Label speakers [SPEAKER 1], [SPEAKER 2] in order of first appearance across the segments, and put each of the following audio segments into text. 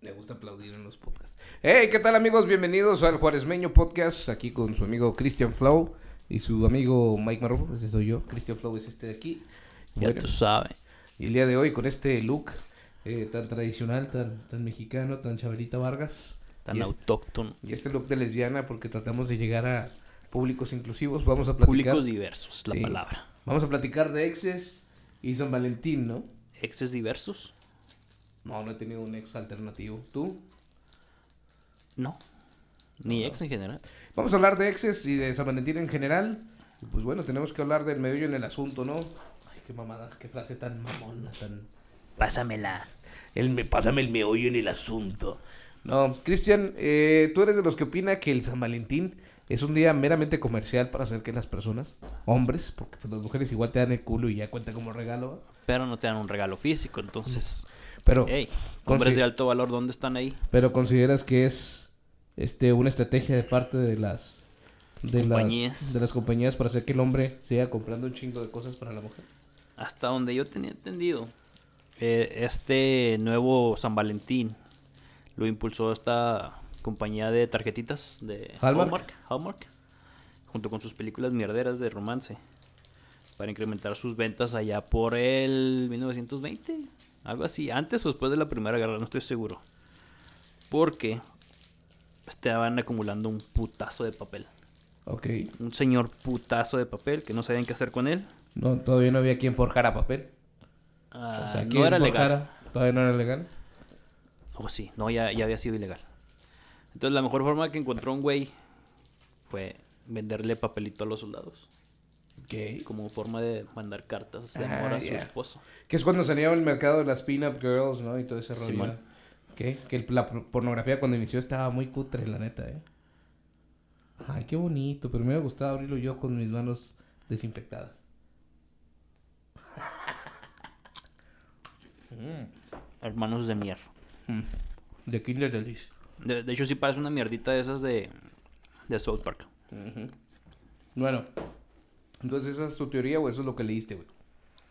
[SPEAKER 1] Le gusta aplaudir en los podcasts. Hey, ¿qué tal amigos? Bienvenidos al Juaresmeño Podcast, aquí con su amigo Christian Flow y su amigo Mike Marrufo, ese soy yo. Christian Flow es este de aquí.
[SPEAKER 2] Ya
[SPEAKER 1] Bueno,
[SPEAKER 2] tú sabes.
[SPEAKER 1] y el día de hoy con este look eh, tan tradicional, tan, tan mexicano, tan Chabelita Vargas.
[SPEAKER 2] Tan
[SPEAKER 1] y, este,
[SPEAKER 2] autóctono.
[SPEAKER 1] y este look de lesbiana porque tratamos de llegar a públicos inclusivos. Vamos a platicar.
[SPEAKER 2] Públicos diversos, la
[SPEAKER 1] Sí.
[SPEAKER 2] palabra.
[SPEAKER 1] Vamos a platicar de exes y San Valentín, ¿no?
[SPEAKER 2] Exes diversos.
[SPEAKER 1] No, no he tenido un ex alternativo. ¿Tú?
[SPEAKER 2] No. Ni ex en general.
[SPEAKER 1] Vamos a hablar de exes y de San Valentín en general. Y pues bueno, tenemos que hablar del medio en el asunto, ¿no? Ay, qué mamada, qué frase tan mamona, tan...
[SPEAKER 2] Pásamela.
[SPEAKER 1] El me, pásame el meollo en el asunto. No, Cristian, eh, ¿tú eres de los que opina que el San Valentín es un día meramente comercial para hacer que las personas, hombres, porque pues, las mujeres igual te dan el culo y ya cuenta como regalo, ¿va?
[SPEAKER 2] Pero no te dan un regalo físico, entonces.
[SPEAKER 1] pero,
[SPEAKER 2] Ey,
[SPEAKER 1] Con-
[SPEAKER 2] hombres
[SPEAKER 1] sí.
[SPEAKER 2] de alto valor, ¿dónde están ahí?
[SPEAKER 1] pero consideras que es este una estrategia de parte de las de las
[SPEAKER 2] Compañías.
[SPEAKER 1] de las compañías para hacer que el hombre siga comprando un chingo de cosas para la mujer.
[SPEAKER 2] Hasta donde yo tenía entendido. eh, este nuevo San Valentín lo impulsó esta compañía de tarjetitas de
[SPEAKER 1] Hallmark.
[SPEAKER 2] Hallmark, junto con sus películas mierderas de romance. Para incrementar sus ventas allá por el 1920. Algo así. Antes o después de la Primera Guerra, no estoy seguro. Porque estaban acumulando un putazo de papel.
[SPEAKER 1] Ok.
[SPEAKER 2] Un señor putazo de papel que no sabían qué hacer con él.
[SPEAKER 1] No, todavía no había quien forjara papel.
[SPEAKER 2] Ah,
[SPEAKER 1] O sea,
[SPEAKER 2] no
[SPEAKER 1] quien
[SPEAKER 2] era legal.
[SPEAKER 1] forjara- Todavía no era legal.
[SPEAKER 2] Oh, sí, no, ya, ya había sido ilegal. Entonces, la mejor forma que encontró un güey fue venderle papelito a los soldados.
[SPEAKER 1] Ok.
[SPEAKER 2] Como forma de mandar cartas de
[SPEAKER 1] Ah,
[SPEAKER 2] amor a
[SPEAKER 1] ya.
[SPEAKER 2] su esposo.
[SPEAKER 1] Que es cuando salía el mercado de las pin-up girls, ¿no? Y todo ese rollo.
[SPEAKER 2] Simón.
[SPEAKER 1] Que- Que el- la por- pornografía cuando inició estaba muy cutre, la neta, ¿eh? Ay, qué bonito. Pero me gustaba abrirlo yo con mis manos desinfectadas.
[SPEAKER 2] Hermanos de mierda.
[SPEAKER 1] De Kinder Delice.
[SPEAKER 2] De, de hecho, sí parece una mierdita de esas de, de South Park.
[SPEAKER 1] Bueno. Entonces, ¿esa es tu teoría o eso es lo que leíste, güey?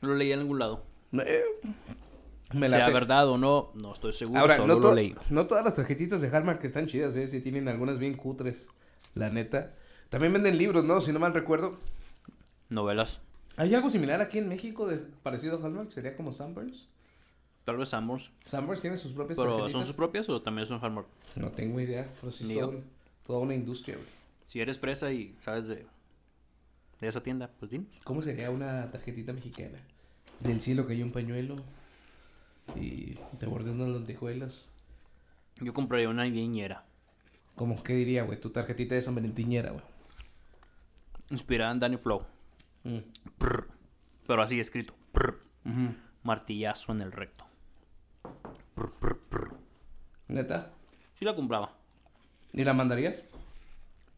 [SPEAKER 2] Lo leí en algún lado.
[SPEAKER 1] Me, me
[SPEAKER 2] sea
[SPEAKER 1] late.
[SPEAKER 2] verdad o no, no estoy seguro.
[SPEAKER 1] Ahora,
[SPEAKER 2] solo
[SPEAKER 1] no,
[SPEAKER 2] lo
[SPEAKER 1] to-
[SPEAKER 2] leí.
[SPEAKER 1] no todas las tarjetitas de Hallmark que están chidas, ¿eh? Sí, tienen algunas bien cutres, la neta. También venden libros, ¿no? Si no mal recuerdo.
[SPEAKER 2] Novelas.
[SPEAKER 1] ¿Hay algo similar aquí en México de parecido a Hallmark? ¿Sería como Sunburns?
[SPEAKER 2] Tal vez Amors.
[SPEAKER 1] ¿Sunburns tiene sus propias
[SPEAKER 2] Pero ¿son
[SPEAKER 1] tarjetitas?
[SPEAKER 2] sus propias o también son Hallmark?
[SPEAKER 1] No tengo idea, pero sí
[SPEAKER 2] Ni
[SPEAKER 1] es
[SPEAKER 2] yo.
[SPEAKER 1] todo un- toda una industria, güey.
[SPEAKER 2] Si eres fresa y sabes de, de esa tienda, pues dinos.
[SPEAKER 1] ¿Cómo sería una tarjetita mexicana? Del cielo cayó un pañuelo y te bordé unas lentejuelas.
[SPEAKER 2] Yo compraría una viñera.
[SPEAKER 1] ¿Cómo qué diría, güey? Tu tarjetita de San Valentinera, güey.
[SPEAKER 2] Inspirada en Danny Flow.
[SPEAKER 1] Mm.
[SPEAKER 2] Prr. pero así escrito. Prr. Martillazo en el recto.
[SPEAKER 1] ¿Neta?
[SPEAKER 2] Sí la compraba.
[SPEAKER 1] ¿Y la mandarías?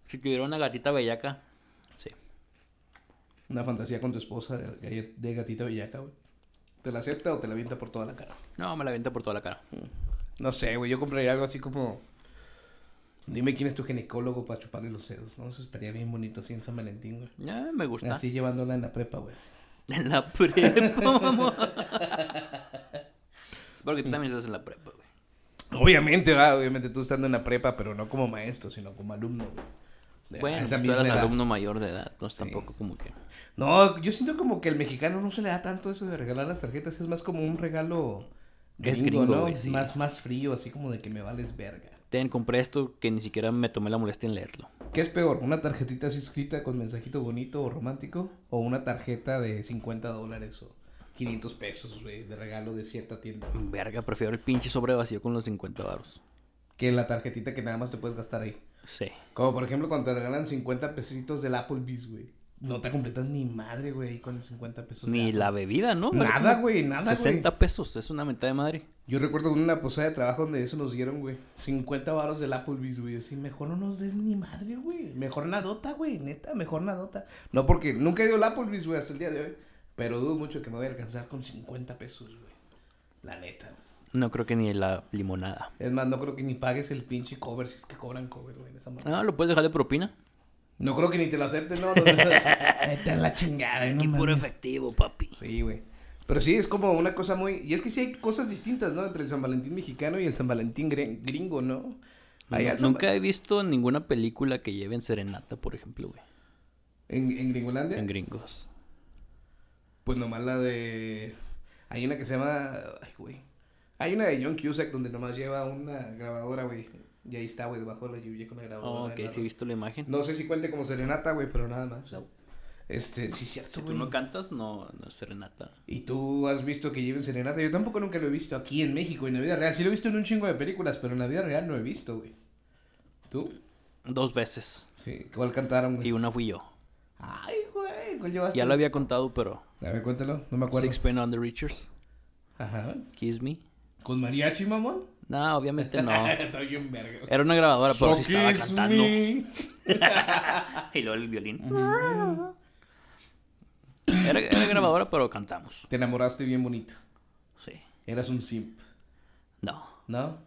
[SPEAKER 2] Si tuviera una gatita bellaca, sí.
[SPEAKER 1] Una fantasía con tu esposa de, gallet- de gatita bellaca, güey. ¿Te la acepta o te la avienta por toda la cara?
[SPEAKER 2] No, me la venta por toda la cara.
[SPEAKER 1] No sé, güey. Yo compraría algo así como. Dime quién es tu ginecólogo para chuparle los dedos, ¿no? Eso estaría bien bonito así en San Valentín, güey.
[SPEAKER 2] Ya, Eh, me gusta.
[SPEAKER 1] Mm. Así llevándola en la prepa, güey.
[SPEAKER 2] En la prepa, mamá. Es Porque tú también estás en la prepa, güey.
[SPEAKER 1] Obviamente, va, obviamente tú estando en la prepa, pero no como maestro, sino como alumno, güey. De- a
[SPEAKER 2] Bueno,
[SPEAKER 1] esa
[SPEAKER 2] pues tú
[SPEAKER 1] misma
[SPEAKER 2] eras
[SPEAKER 1] edad.
[SPEAKER 2] alumno mayor de edad, entonces tampoco como que...
[SPEAKER 1] No, yo siento como que al mexicano no se le da tanto eso de regalar las tarjetas, es más como un regalo
[SPEAKER 2] Es
[SPEAKER 1] gringo,
[SPEAKER 2] gringo,
[SPEAKER 1] ¿no?
[SPEAKER 2] güey, sí.
[SPEAKER 1] Más, más frío, así como de que me vales verga.
[SPEAKER 2] Ten, compré esto que ni siquiera me tomé la molestia en leerlo.
[SPEAKER 1] ¿Qué es peor? ¿Una tarjetita así escrita con mensajito bonito o romántico? ¿O una tarjeta de 50 dólares o 500 pesos güey, de regalo de cierta tienda?
[SPEAKER 2] Verga, prefiero el pinche sobre vacío con los 50 varos.
[SPEAKER 1] Que la tarjetita que nada más te puedes gastar ahí.
[SPEAKER 2] Sí.
[SPEAKER 1] Como por ejemplo cuando te regalan 50 pesitos del Applebee's, güey. No te completas ni madre, güey, con 50 pesos. de
[SPEAKER 2] Ni
[SPEAKER 1] Apple.
[SPEAKER 2] la bebida, ¿no?
[SPEAKER 1] Nada, güey, nada, güey.
[SPEAKER 2] 60 pesos, es una mentada de madre.
[SPEAKER 1] Yo recuerdo una posada de trabajo donde eso nos dieron, güey. 50 varos del Applebee's, güey. Así, mejor no nos des ni madre, güey. Mejor nadota, güey. Neta, mejor nadota. No, porque nunca dio el Applebee's, güey, hasta el día de hoy. Pero dudo mucho que me voy a alcanzar con 50 pesos, güey. La neta.
[SPEAKER 2] No creo que ni la limonada.
[SPEAKER 1] Es más, no creo que ni pagues el pinche cover si es que cobran cover, güey. en Esa madre.
[SPEAKER 2] Ah, lo puedes dejar de propina.
[SPEAKER 1] No creo que ni te lo acepten, no. no, no, no. Vete a la chingada, no mames.
[SPEAKER 2] efectivo, papi.
[SPEAKER 1] Sí, güey. Pero sí, es como una cosa muy... Y es que sí hay cosas distintas, ¿no? Entre el San Valentín mexicano y el San Valentín gre- gringo, ¿no? Allá
[SPEAKER 2] Nu-
[SPEAKER 1] el San
[SPEAKER 2] Nunca he visto ninguna película que lleven serenata, por ejemplo, güey.
[SPEAKER 1] ¿En, en Gringolandia?
[SPEAKER 2] En gringos.
[SPEAKER 1] Pues nomás la de... Hay una que se llama... Ay, güey. Hay una de John Cusack donde nomás lleva una grabadora, güey. Y ahí está, güey, debajo de la lluvia con la grabadora.
[SPEAKER 2] Oh, ok,
[SPEAKER 1] en la-
[SPEAKER 2] sí he visto la imagen.
[SPEAKER 1] No sé si cuente como serenata, güey, pero nada más.
[SPEAKER 2] No.
[SPEAKER 1] Este, sí, es cierto,
[SPEAKER 2] Si tú
[SPEAKER 1] güey.
[SPEAKER 2] no cantas, no, no es serenata.
[SPEAKER 1] Y tú has visto que lleven serenata. Yo tampoco nunca lo he visto aquí en México, en la vida real. Sí lo he visto en un chingo de películas, pero en la vida real no he visto, güey. ¿Tú?
[SPEAKER 2] Dos veces.
[SPEAKER 1] Sí, ¿cuál cantaron, güey?
[SPEAKER 2] Y una fui yo.
[SPEAKER 1] Ay, güey, ¿cuál llevaste?
[SPEAKER 2] Ya lo había contado, pero.
[SPEAKER 1] A ver, cuéntalo, no me Pues acuerdo.
[SPEAKER 2] Sixpence on the Richards.
[SPEAKER 1] Ajá.
[SPEAKER 2] Kiss Me.
[SPEAKER 1] ¿Con mariachi, mamón? Ah,
[SPEAKER 2] No, obviamente no.
[SPEAKER 1] Estoy bien verga.
[SPEAKER 2] Era una grabadora, pero sí
[SPEAKER 1] So
[SPEAKER 2] estaba
[SPEAKER 1] kiss
[SPEAKER 2] cantando. Ah,
[SPEAKER 1] me.
[SPEAKER 2] Y luego el violín. Era, era grabadora, pero cantamos.
[SPEAKER 1] Te enamoraste bien bonito.
[SPEAKER 2] Sí.
[SPEAKER 1] Eras un simp,
[SPEAKER 2] No.
[SPEAKER 1] ¿no?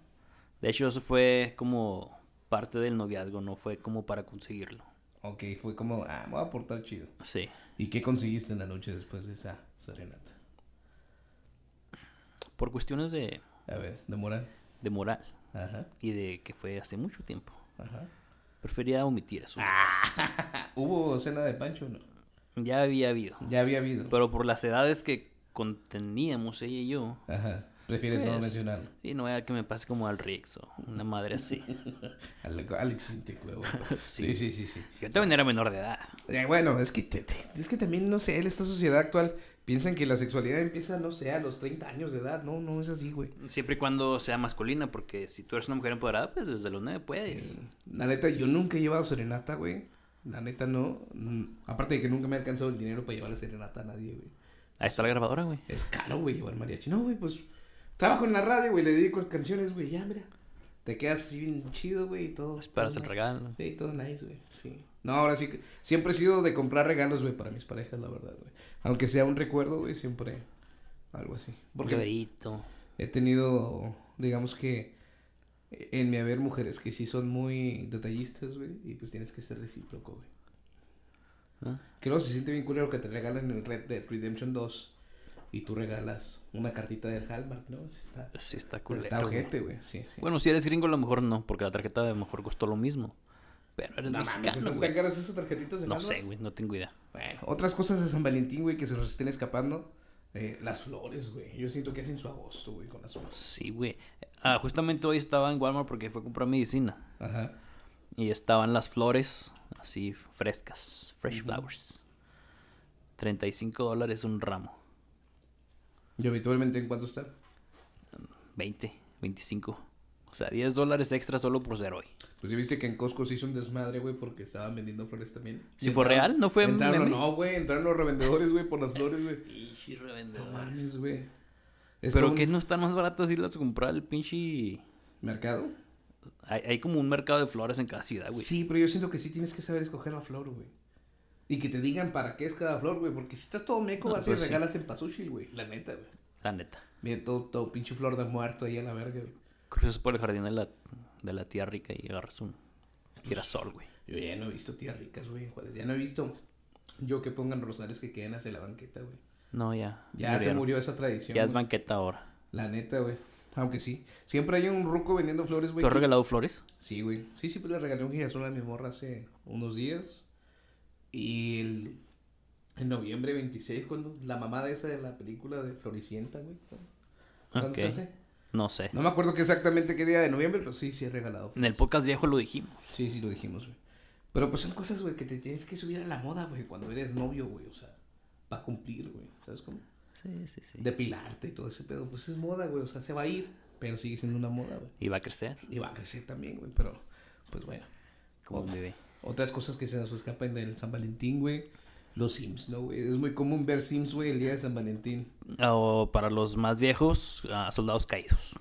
[SPEAKER 2] De hecho, eso fue como parte del noviazgo, no fue como para conseguirlo.
[SPEAKER 1] Ok, fue como, ah, me voy a portar chido.
[SPEAKER 2] Sí.
[SPEAKER 1] ¿Y qué conseguiste en la noche después de esa serenata?
[SPEAKER 2] Por cuestiones de,
[SPEAKER 1] A ver, de moral.
[SPEAKER 2] de moral
[SPEAKER 1] Ajá,
[SPEAKER 2] y de que fue hace mucho tiempo.
[SPEAKER 1] ajá.
[SPEAKER 2] Prefería omitir eso.
[SPEAKER 1] Ah, ¿Hubo cena de Pancho o no?
[SPEAKER 2] Ya había habido.
[SPEAKER 1] Ya había habido.
[SPEAKER 2] Pero por las edades que conteníamos ella y yo.
[SPEAKER 1] Ajá. Prefieres no
[SPEAKER 2] Pues.
[SPEAKER 1] mencionarlo.
[SPEAKER 2] Y no era que me pase como al Rix o una madre así.
[SPEAKER 1] Al- Alex te cuevo. Sí, sí, sí, sí.
[SPEAKER 2] Yo también era menor de edad.
[SPEAKER 1] Eh, bueno, es que, te- te- es que también, no sé, en esta sociedad actual piensan que la sexualidad empieza, no sé, a los 30 años de edad. No, no es así, güey.
[SPEAKER 2] Siempre y cuando sea masculina, porque si tú eres una mujer empoderada, pues desde los nueve puedes.
[SPEAKER 1] La neta, yo nunca he llevado serenata, güey. La neta, no. Mm, Aparte de que nunca me ha alcanzado el dinero para llevar la serenata a nadie, güey.
[SPEAKER 2] Ahí está la grabadora, güey.
[SPEAKER 1] Es caro, güey, llevar mariachi. No, güey, pues trabajo en la radio, güey, le dedico canciones, güey, ya, mira. Te quedas así bien chido, güey, y todo.
[SPEAKER 2] Esperas
[SPEAKER 1] todo
[SPEAKER 2] el
[SPEAKER 1] nice.
[SPEAKER 2] regalo.
[SPEAKER 1] Sí, todo nice, güey, sí. No, ahora sí, que- siempre he sido de comprar regalos, güey, para mis parejas, la verdad, güey. Aunque sea un recuerdo, güey, siempre algo así.
[SPEAKER 2] Un
[SPEAKER 1] Porque
[SPEAKER 2] llaverito.
[SPEAKER 1] he tenido, digamos que, en mi haber mujeres que sí son muy detallistas, güey, y pues tienes que ser recíproco, güey.
[SPEAKER 2] ¿Ah?
[SPEAKER 1] Que luego se siente bien culero que te regalan el Red Dead Redemption 2 y tú regalas una cartita del Hallmark, ¿no? Sí Está,
[SPEAKER 2] Pues Sí, está culero.
[SPEAKER 1] está
[SPEAKER 2] güey.
[SPEAKER 1] ojete, güey. Sí, sí.
[SPEAKER 2] Bueno, si eres gringo, a lo mejor no, porque la tarjeta a lo mejor costó lo mismo. Pero eres
[SPEAKER 1] no mames,
[SPEAKER 2] pues mexicano,
[SPEAKER 1] ¿están
[SPEAKER 2] güey.
[SPEAKER 1] tan caras esas tarjetitas de
[SPEAKER 2] No
[SPEAKER 1] Hallmark?
[SPEAKER 2] sé, güey, no tengo idea.
[SPEAKER 1] Bueno, otras cosas de San Valentín, güey, que se nos estén escapando. eh, las flores, güey. Yo siento que hacen su agosto, güey, con las flores.
[SPEAKER 2] Sí, güey. Ah, justamente hoy estaba en Walmart porque fue a comprar medicina.
[SPEAKER 1] Ajá.
[SPEAKER 2] Y estaban las flores así frescas, fresh flowers. 35 dólares un ramo.
[SPEAKER 1] ¿Y habitualmente en cuánto está?
[SPEAKER 2] 20, 25. O sea, 10 dólares extra solo por ser hoy.
[SPEAKER 1] Pues sí, viste que en Costco se hizo un desmadre, güey, porque estaban vendiendo flores también.
[SPEAKER 2] ¿Sí fue
[SPEAKER 1] entraron-
[SPEAKER 2] real? ¿No fue
[SPEAKER 1] entraron-
[SPEAKER 2] meme?
[SPEAKER 1] no, güey, entraron los revendedores, güey, por las flores, güey. No mames, güey. Es
[SPEAKER 2] Pero
[SPEAKER 1] como
[SPEAKER 2] que
[SPEAKER 1] un
[SPEAKER 2] no están más baratas irlas a comprar el pinche.
[SPEAKER 1] ¿Mercado?
[SPEAKER 2] Hay, hay como un mercado de flores en cada ciudad, güey.
[SPEAKER 1] Sí, pero yo siento que sí tienes que saber escoger la flor, güey. Y que te digan para qué es cada flor, güey. Porque si estás todo meco,
[SPEAKER 2] No,
[SPEAKER 1] vas
[SPEAKER 2] pues
[SPEAKER 1] y
[SPEAKER 2] sí.
[SPEAKER 1] regalas en pasuchil, güey. La neta, güey.
[SPEAKER 2] La neta.
[SPEAKER 1] Bien, todo, todo pinche flor de muerto ahí a la verga, güey.
[SPEAKER 2] Cruzas por el jardín de la, de la tía rica y agarras un girasol, güey.
[SPEAKER 1] Yo ya no he visto tías ricas, güey. en Juárez. Ya no he visto yo que pongan rosales que queden hacia la banqueta, güey.
[SPEAKER 2] No, ya.
[SPEAKER 1] Ya se
[SPEAKER 2] murieron.
[SPEAKER 1] murió esa tradición.
[SPEAKER 2] Ya es
[SPEAKER 1] güey.
[SPEAKER 2] banqueta ahora.
[SPEAKER 1] La neta, güey. Aunque sí. Siempre hay un ruco vendiendo flores, güey.
[SPEAKER 2] ¿Tú has
[SPEAKER 1] que-
[SPEAKER 2] regalado flores?
[SPEAKER 1] Sí, güey. Sí, sí, pues le regalé un girasol a mi morra hace unos días. Y el, en noviembre 26, cuando la mamada esa de la película de Floricienta, güey. ¿Cuándo
[SPEAKER 2] Ok.
[SPEAKER 1] se hace?
[SPEAKER 2] No sé.
[SPEAKER 1] No me acuerdo que exactamente qué día de noviembre, pero sí, sí he regalado.
[SPEAKER 2] En el podcast viejo lo dijimos.
[SPEAKER 1] Sí, sí lo dijimos, güey. Pero pues son cosas, güey, que te tienes que subir a la moda, güey, cuando eres novio, güey. O sea, para cumplir, güey. ¿Sabes cómo?
[SPEAKER 2] Sí, sí, sí.
[SPEAKER 1] Depilarte y todo ese pedo. Pues es moda, güey. O sea, se va a ir, pero sigue siendo una moda, güey.
[SPEAKER 2] Y va a crecer
[SPEAKER 1] Y va a crecer también, güey. Pero, pues bueno.
[SPEAKER 2] como un
[SPEAKER 1] Oh.
[SPEAKER 2] bebé.
[SPEAKER 1] Otras cosas que se nos escapan del San Valentín, güey. Los Sims, ¿no, güey? Es muy común ver Sims, güey, el día de San Valentín.
[SPEAKER 2] O para los más viejos, ah, soldados caídos.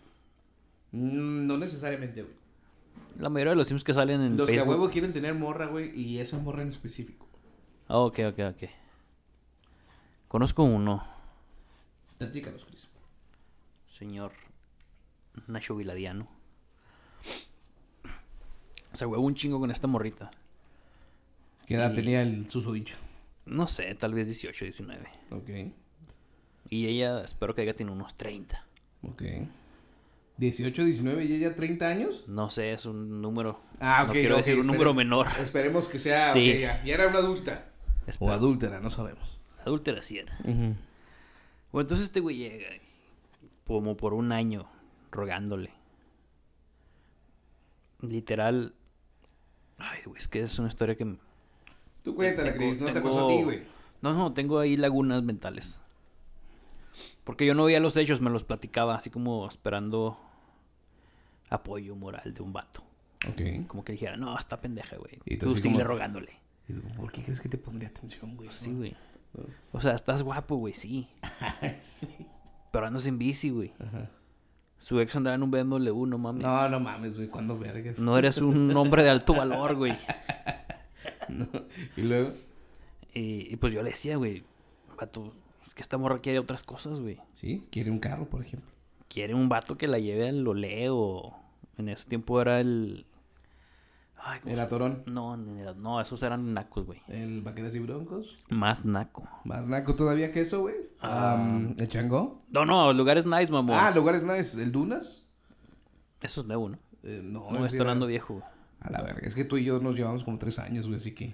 [SPEAKER 1] Mm, no necesariamente, güey.
[SPEAKER 2] La mayoría de los sims que salen en
[SPEAKER 1] Los que a
[SPEAKER 2] Facebook.
[SPEAKER 1] huevo quieren tener morra, güey, y esa morra en específico.
[SPEAKER 2] Ah, ok, ok, ok. Conozco uno,
[SPEAKER 1] Platícanos, Chris.
[SPEAKER 2] señor Nacho Viladiano. Se huevó un chingo con esta morrita.
[SPEAKER 1] ¿Qué edad
[SPEAKER 2] Y-
[SPEAKER 1] tenía el susodicho?
[SPEAKER 2] No sé, tal vez 18, 19.
[SPEAKER 1] Ok.
[SPEAKER 2] Y Y ella, espero que ella tiene unos 30.
[SPEAKER 1] Ok. 18, 19 y ella 30 años.
[SPEAKER 2] No sé, es un número.
[SPEAKER 1] Ah, ok.
[SPEAKER 2] no quiero
[SPEAKER 1] ok,
[SPEAKER 2] decir un
[SPEAKER 1] espere-
[SPEAKER 2] número menor.
[SPEAKER 1] Esperemos que sea.
[SPEAKER 2] Sí.
[SPEAKER 1] ok, ya, ya era una adulta. O
[SPEAKER 2] Espera,
[SPEAKER 1] adúltera, no sabemos.
[SPEAKER 2] Adúltera sí era. Bueno, entonces este güey llega, y- como por un año, rogándole. Literal. Ay, güey, es que es una historia que.
[SPEAKER 1] Tú cuéntala,
[SPEAKER 2] tengo-
[SPEAKER 1] Cris, no te
[SPEAKER 2] tengo-
[SPEAKER 1] pasó a ti, güey.
[SPEAKER 2] No, no, tengo ahí lagunas mentales. Porque yo no veía los hechos, me los platicaba, así como esperando apoyo moral de un vato.
[SPEAKER 1] Ok.
[SPEAKER 2] Como que dijera, no, está pendeja, güey.
[SPEAKER 1] Y tú
[SPEAKER 2] Tú
[SPEAKER 1] así
[SPEAKER 2] sigue
[SPEAKER 1] como-
[SPEAKER 2] rogándole.
[SPEAKER 1] Y digo, ¿Por qué crees que te pondría atención, güey?
[SPEAKER 2] Sí, güey. O sea, estás guapo, güey, sí. Pero andas en bici, güey. Su ex andaba en un BMW, no mames.
[SPEAKER 1] No, no mames, güey, cuando vergas.
[SPEAKER 2] No eres un hombre de alto valor, güey.
[SPEAKER 1] Y luego,
[SPEAKER 2] Y, y pues yo le decía, güey, vato, es que esta morra quiere otras cosas, güey.
[SPEAKER 1] ¿sí? Quiere un carro, por ejemplo.
[SPEAKER 2] Quiere un vato que la lleve al oleo. En ese tiempo era el. Ay, ¿cómo
[SPEAKER 1] El
[SPEAKER 2] se-
[SPEAKER 1] atorón.
[SPEAKER 2] No, ni el- no, esos eran nacos, güey.
[SPEAKER 1] El vaqueras y broncos.
[SPEAKER 2] Más naco.
[SPEAKER 1] Más naco todavía que eso, güey.
[SPEAKER 2] Ah.
[SPEAKER 1] Am, el chango.
[SPEAKER 2] No, no, lugares nice, mamón.
[SPEAKER 1] Ah, lugares nice. El Dunas.
[SPEAKER 2] Eso es nuevo, ¿no?
[SPEAKER 1] Eh, no,
[SPEAKER 2] No, me
[SPEAKER 1] ese
[SPEAKER 2] estoy
[SPEAKER 1] era-
[SPEAKER 2] hablando viejo, güey.
[SPEAKER 1] A la verga. Es que tú y yo nos llevamos como tres años, güey, así que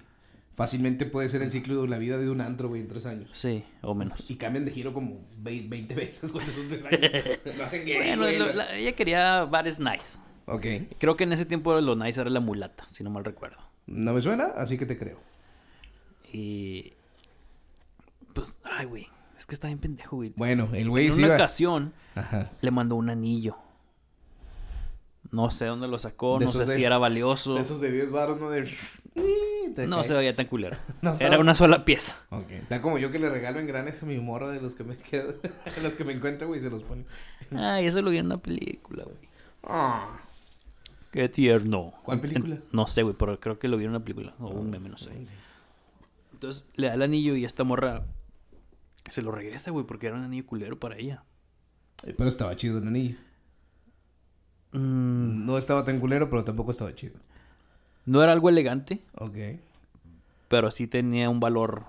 [SPEAKER 1] fácilmente puede ser el ciclo de la vida de un antro, güey, en tres años.
[SPEAKER 2] Sí, o menos.
[SPEAKER 1] Y cambian de giro como vei- 20 veces, güey, en esos tres años. Lo hacen gay,
[SPEAKER 2] Bueno,
[SPEAKER 1] güey,
[SPEAKER 2] lo-
[SPEAKER 1] lo-
[SPEAKER 2] la- ella quería bares nice.
[SPEAKER 1] Ok.
[SPEAKER 2] Creo que en ese tiempo lo nice era la mulata, si no mal recuerdo.
[SPEAKER 1] No me suena, así que te creo.
[SPEAKER 2] Y. Pues, ay, güey. Es que está bien pendejo, güey.
[SPEAKER 1] Bueno, el güey
[SPEAKER 2] en
[SPEAKER 1] sí
[SPEAKER 2] una
[SPEAKER 1] iba...
[SPEAKER 2] ocasión
[SPEAKER 1] Ajá.
[SPEAKER 2] le mandó un anillo. No sé dónde lo sacó,
[SPEAKER 1] De
[SPEAKER 2] no
[SPEAKER 1] esos
[SPEAKER 2] sé
[SPEAKER 1] de-
[SPEAKER 2] si era valioso.
[SPEAKER 1] De esos de 10 baros, ¿no? De... Te
[SPEAKER 2] No
[SPEAKER 1] cae.
[SPEAKER 2] se veía tan culero.
[SPEAKER 1] No
[SPEAKER 2] era
[SPEAKER 1] sabe.
[SPEAKER 2] una sola pieza.
[SPEAKER 1] Ok. Está como yo que le regalo en granes a mi morro de los que me quedo, de los que me encuentro, güey, y se los pone.
[SPEAKER 2] Ay, eso lo vi en una película, güey.
[SPEAKER 1] Ah.
[SPEAKER 2] Qué tierno.
[SPEAKER 1] ¿Cuál
[SPEAKER 2] En- en-
[SPEAKER 1] película?
[SPEAKER 2] no sé, güey, pero creo que lo vi en una película. O un meme, no sé. Entonces le da el anillo y esta morra se lo regresa, güey, porque era un anillo culero para ella.
[SPEAKER 1] Eh, Pero estaba chido el anillo.
[SPEAKER 2] Mm,
[SPEAKER 1] No estaba tan culero, pero tampoco estaba chido.
[SPEAKER 2] no era algo elegante,
[SPEAKER 1] Ok.
[SPEAKER 2] pero sí tenía un valor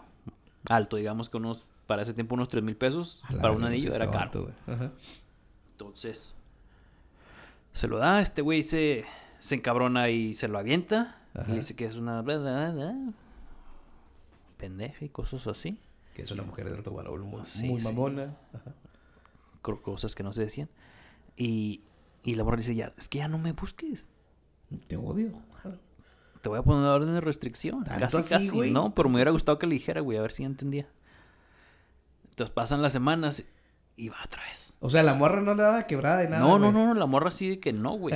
[SPEAKER 2] alto, digamos que unos, para ese tiempo unos 3 mil pesos,
[SPEAKER 1] A Ah, la
[SPEAKER 2] para un
[SPEAKER 1] verga,
[SPEAKER 2] anillo
[SPEAKER 1] sí
[SPEAKER 2] era
[SPEAKER 1] estaba
[SPEAKER 2] caro.
[SPEAKER 1] alto, güey. Ajá.
[SPEAKER 2] Entonces, se lo da, este güey se, se encabrona y se lo avienta. y
[SPEAKER 1] Ajá.
[SPEAKER 2] dice que es una... bla, bla, bla, bla, Pendeja y cosas así.
[SPEAKER 1] Que es una mujer de alto valor, muy,
[SPEAKER 2] Sí,
[SPEAKER 1] muy
[SPEAKER 2] sí.
[SPEAKER 1] mamona. Ajá.
[SPEAKER 2] co- Cosas que no se decían. Y, y la morra dice, ya, es que ya no me busques.
[SPEAKER 1] Te odio. Ajá.
[SPEAKER 2] Te voy a poner una orden de restricción.
[SPEAKER 1] ¿Tanto
[SPEAKER 2] Casi,
[SPEAKER 1] así,
[SPEAKER 2] casi.
[SPEAKER 1] güey?
[SPEAKER 2] No, pero me
[SPEAKER 1] ¿Tanto
[SPEAKER 2] hubiera
[SPEAKER 1] así?
[SPEAKER 2] gustado que le dijera, güey, a ver si entendía. Entonces pasan las semanas y va otra vez.
[SPEAKER 1] O sea, la morra no le daba quebrada de nada.
[SPEAKER 2] no, no,
[SPEAKER 1] güey.
[SPEAKER 2] no, no, la morra sí de que no, güey.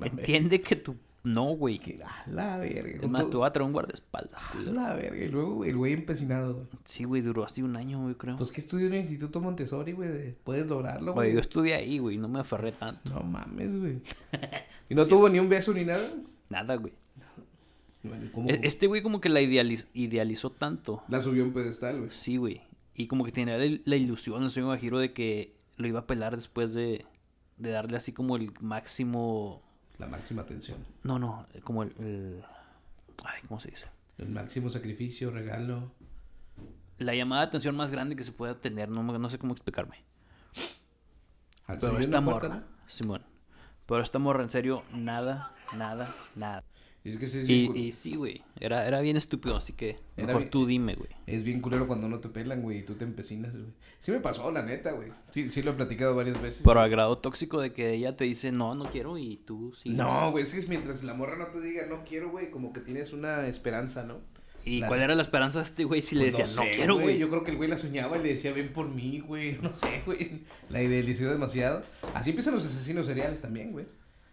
[SPEAKER 2] Entiende que tú. No, güey.
[SPEAKER 1] Que- Ah. A la verga.
[SPEAKER 2] Es
[SPEAKER 1] con
[SPEAKER 2] más,
[SPEAKER 1] todo-
[SPEAKER 2] te voy a traer un guardaespaldas.
[SPEAKER 1] A
[SPEAKER 2] güey.
[SPEAKER 1] la verga. Y luego güey, el güey empecinado. güey.
[SPEAKER 2] Sí, güey, duró así un año, güey, creo.
[SPEAKER 1] Pues que estudió en el Instituto Montessori, güey. de- Puedes lograrlo,
[SPEAKER 2] Güey,
[SPEAKER 1] güey.
[SPEAKER 2] yo estudié ahí, güey, no me aferré tanto.
[SPEAKER 1] No mames, güey. ¿Y no tuvo ni un beso ni nada?
[SPEAKER 2] Nada, güey.
[SPEAKER 1] Bueno, ¿cómo?
[SPEAKER 2] E- Este güey como que la idealiz- idealizó tanto.
[SPEAKER 1] La subió a un pedestal, güey.
[SPEAKER 2] Sí, güey. Y como que tenía la, il- la ilusión, el sueño giro de que lo iba a pelar después de, de darle así como el máximo.
[SPEAKER 1] La máxima atención.
[SPEAKER 2] No, no, como el. el- Ay, ¿cómo se dice?
[SPEAKER 1] El máximo sacrificio, regalo.
[SPEAKER 2] La llamada de atención más grande que se pueda tener, no, me- no sé cómo explicarme.
[SPEAKER 1] Al
[SPEAKER 2] Pero
[SPEAKER 1] subir
[SPEAKER 2] esta
[SPEAKER 1] la puerta,
[SPEAKER 2] morra,
[SPEAKER 1] ¿no?
[SPEAKER 2] Simón. Pero esta morra, en serio, nada, nada, nada.
[SPEAKER 1] Y es que sí es bien,
[SPEAKER 2] Y,
[SPEAKER 1] cul-
[SPEAKER 2] y sí, güey. Era, era bien estúpido, así que
[SPEAKER 1] Era
[SPEAKER 2] mejor
[SPEAKER 1] bien-
[SPEAKER 2] tú dime, güey.
[SPEAKER 1] es bien culero cuando no te pelan, güey, y tú te empecinas, güey. Sí me pasó, la neta, güey. Sí, sí lo he platicado varias veces.
[SPEAKER 2] Pero al grado tóxico de que ella te dice, no, no quiero, y tú sí.
[SPEAKER 1] No, güey, es que es mientras la morra no te diga no quiero, güey, como que tienes una esperanza, ¿no?
[SPEAKER 2] ¿Y
[SPEAKER 1] La
[SPEAKER 2] cuál era la esperanza de este güey si le
[SPEAKER 1] Pues
[SPEAKER 2] decía, no,
[SPEAKER 1] sé,
[SPEAKER 2] quiero, güey?
[SPEAKER 1] Yo creo que el güey la soñaba y le decía, ven por mí, güey. No sé, güey. La idealizó demasiado. Así empiezan los asesinos seriales también, güey.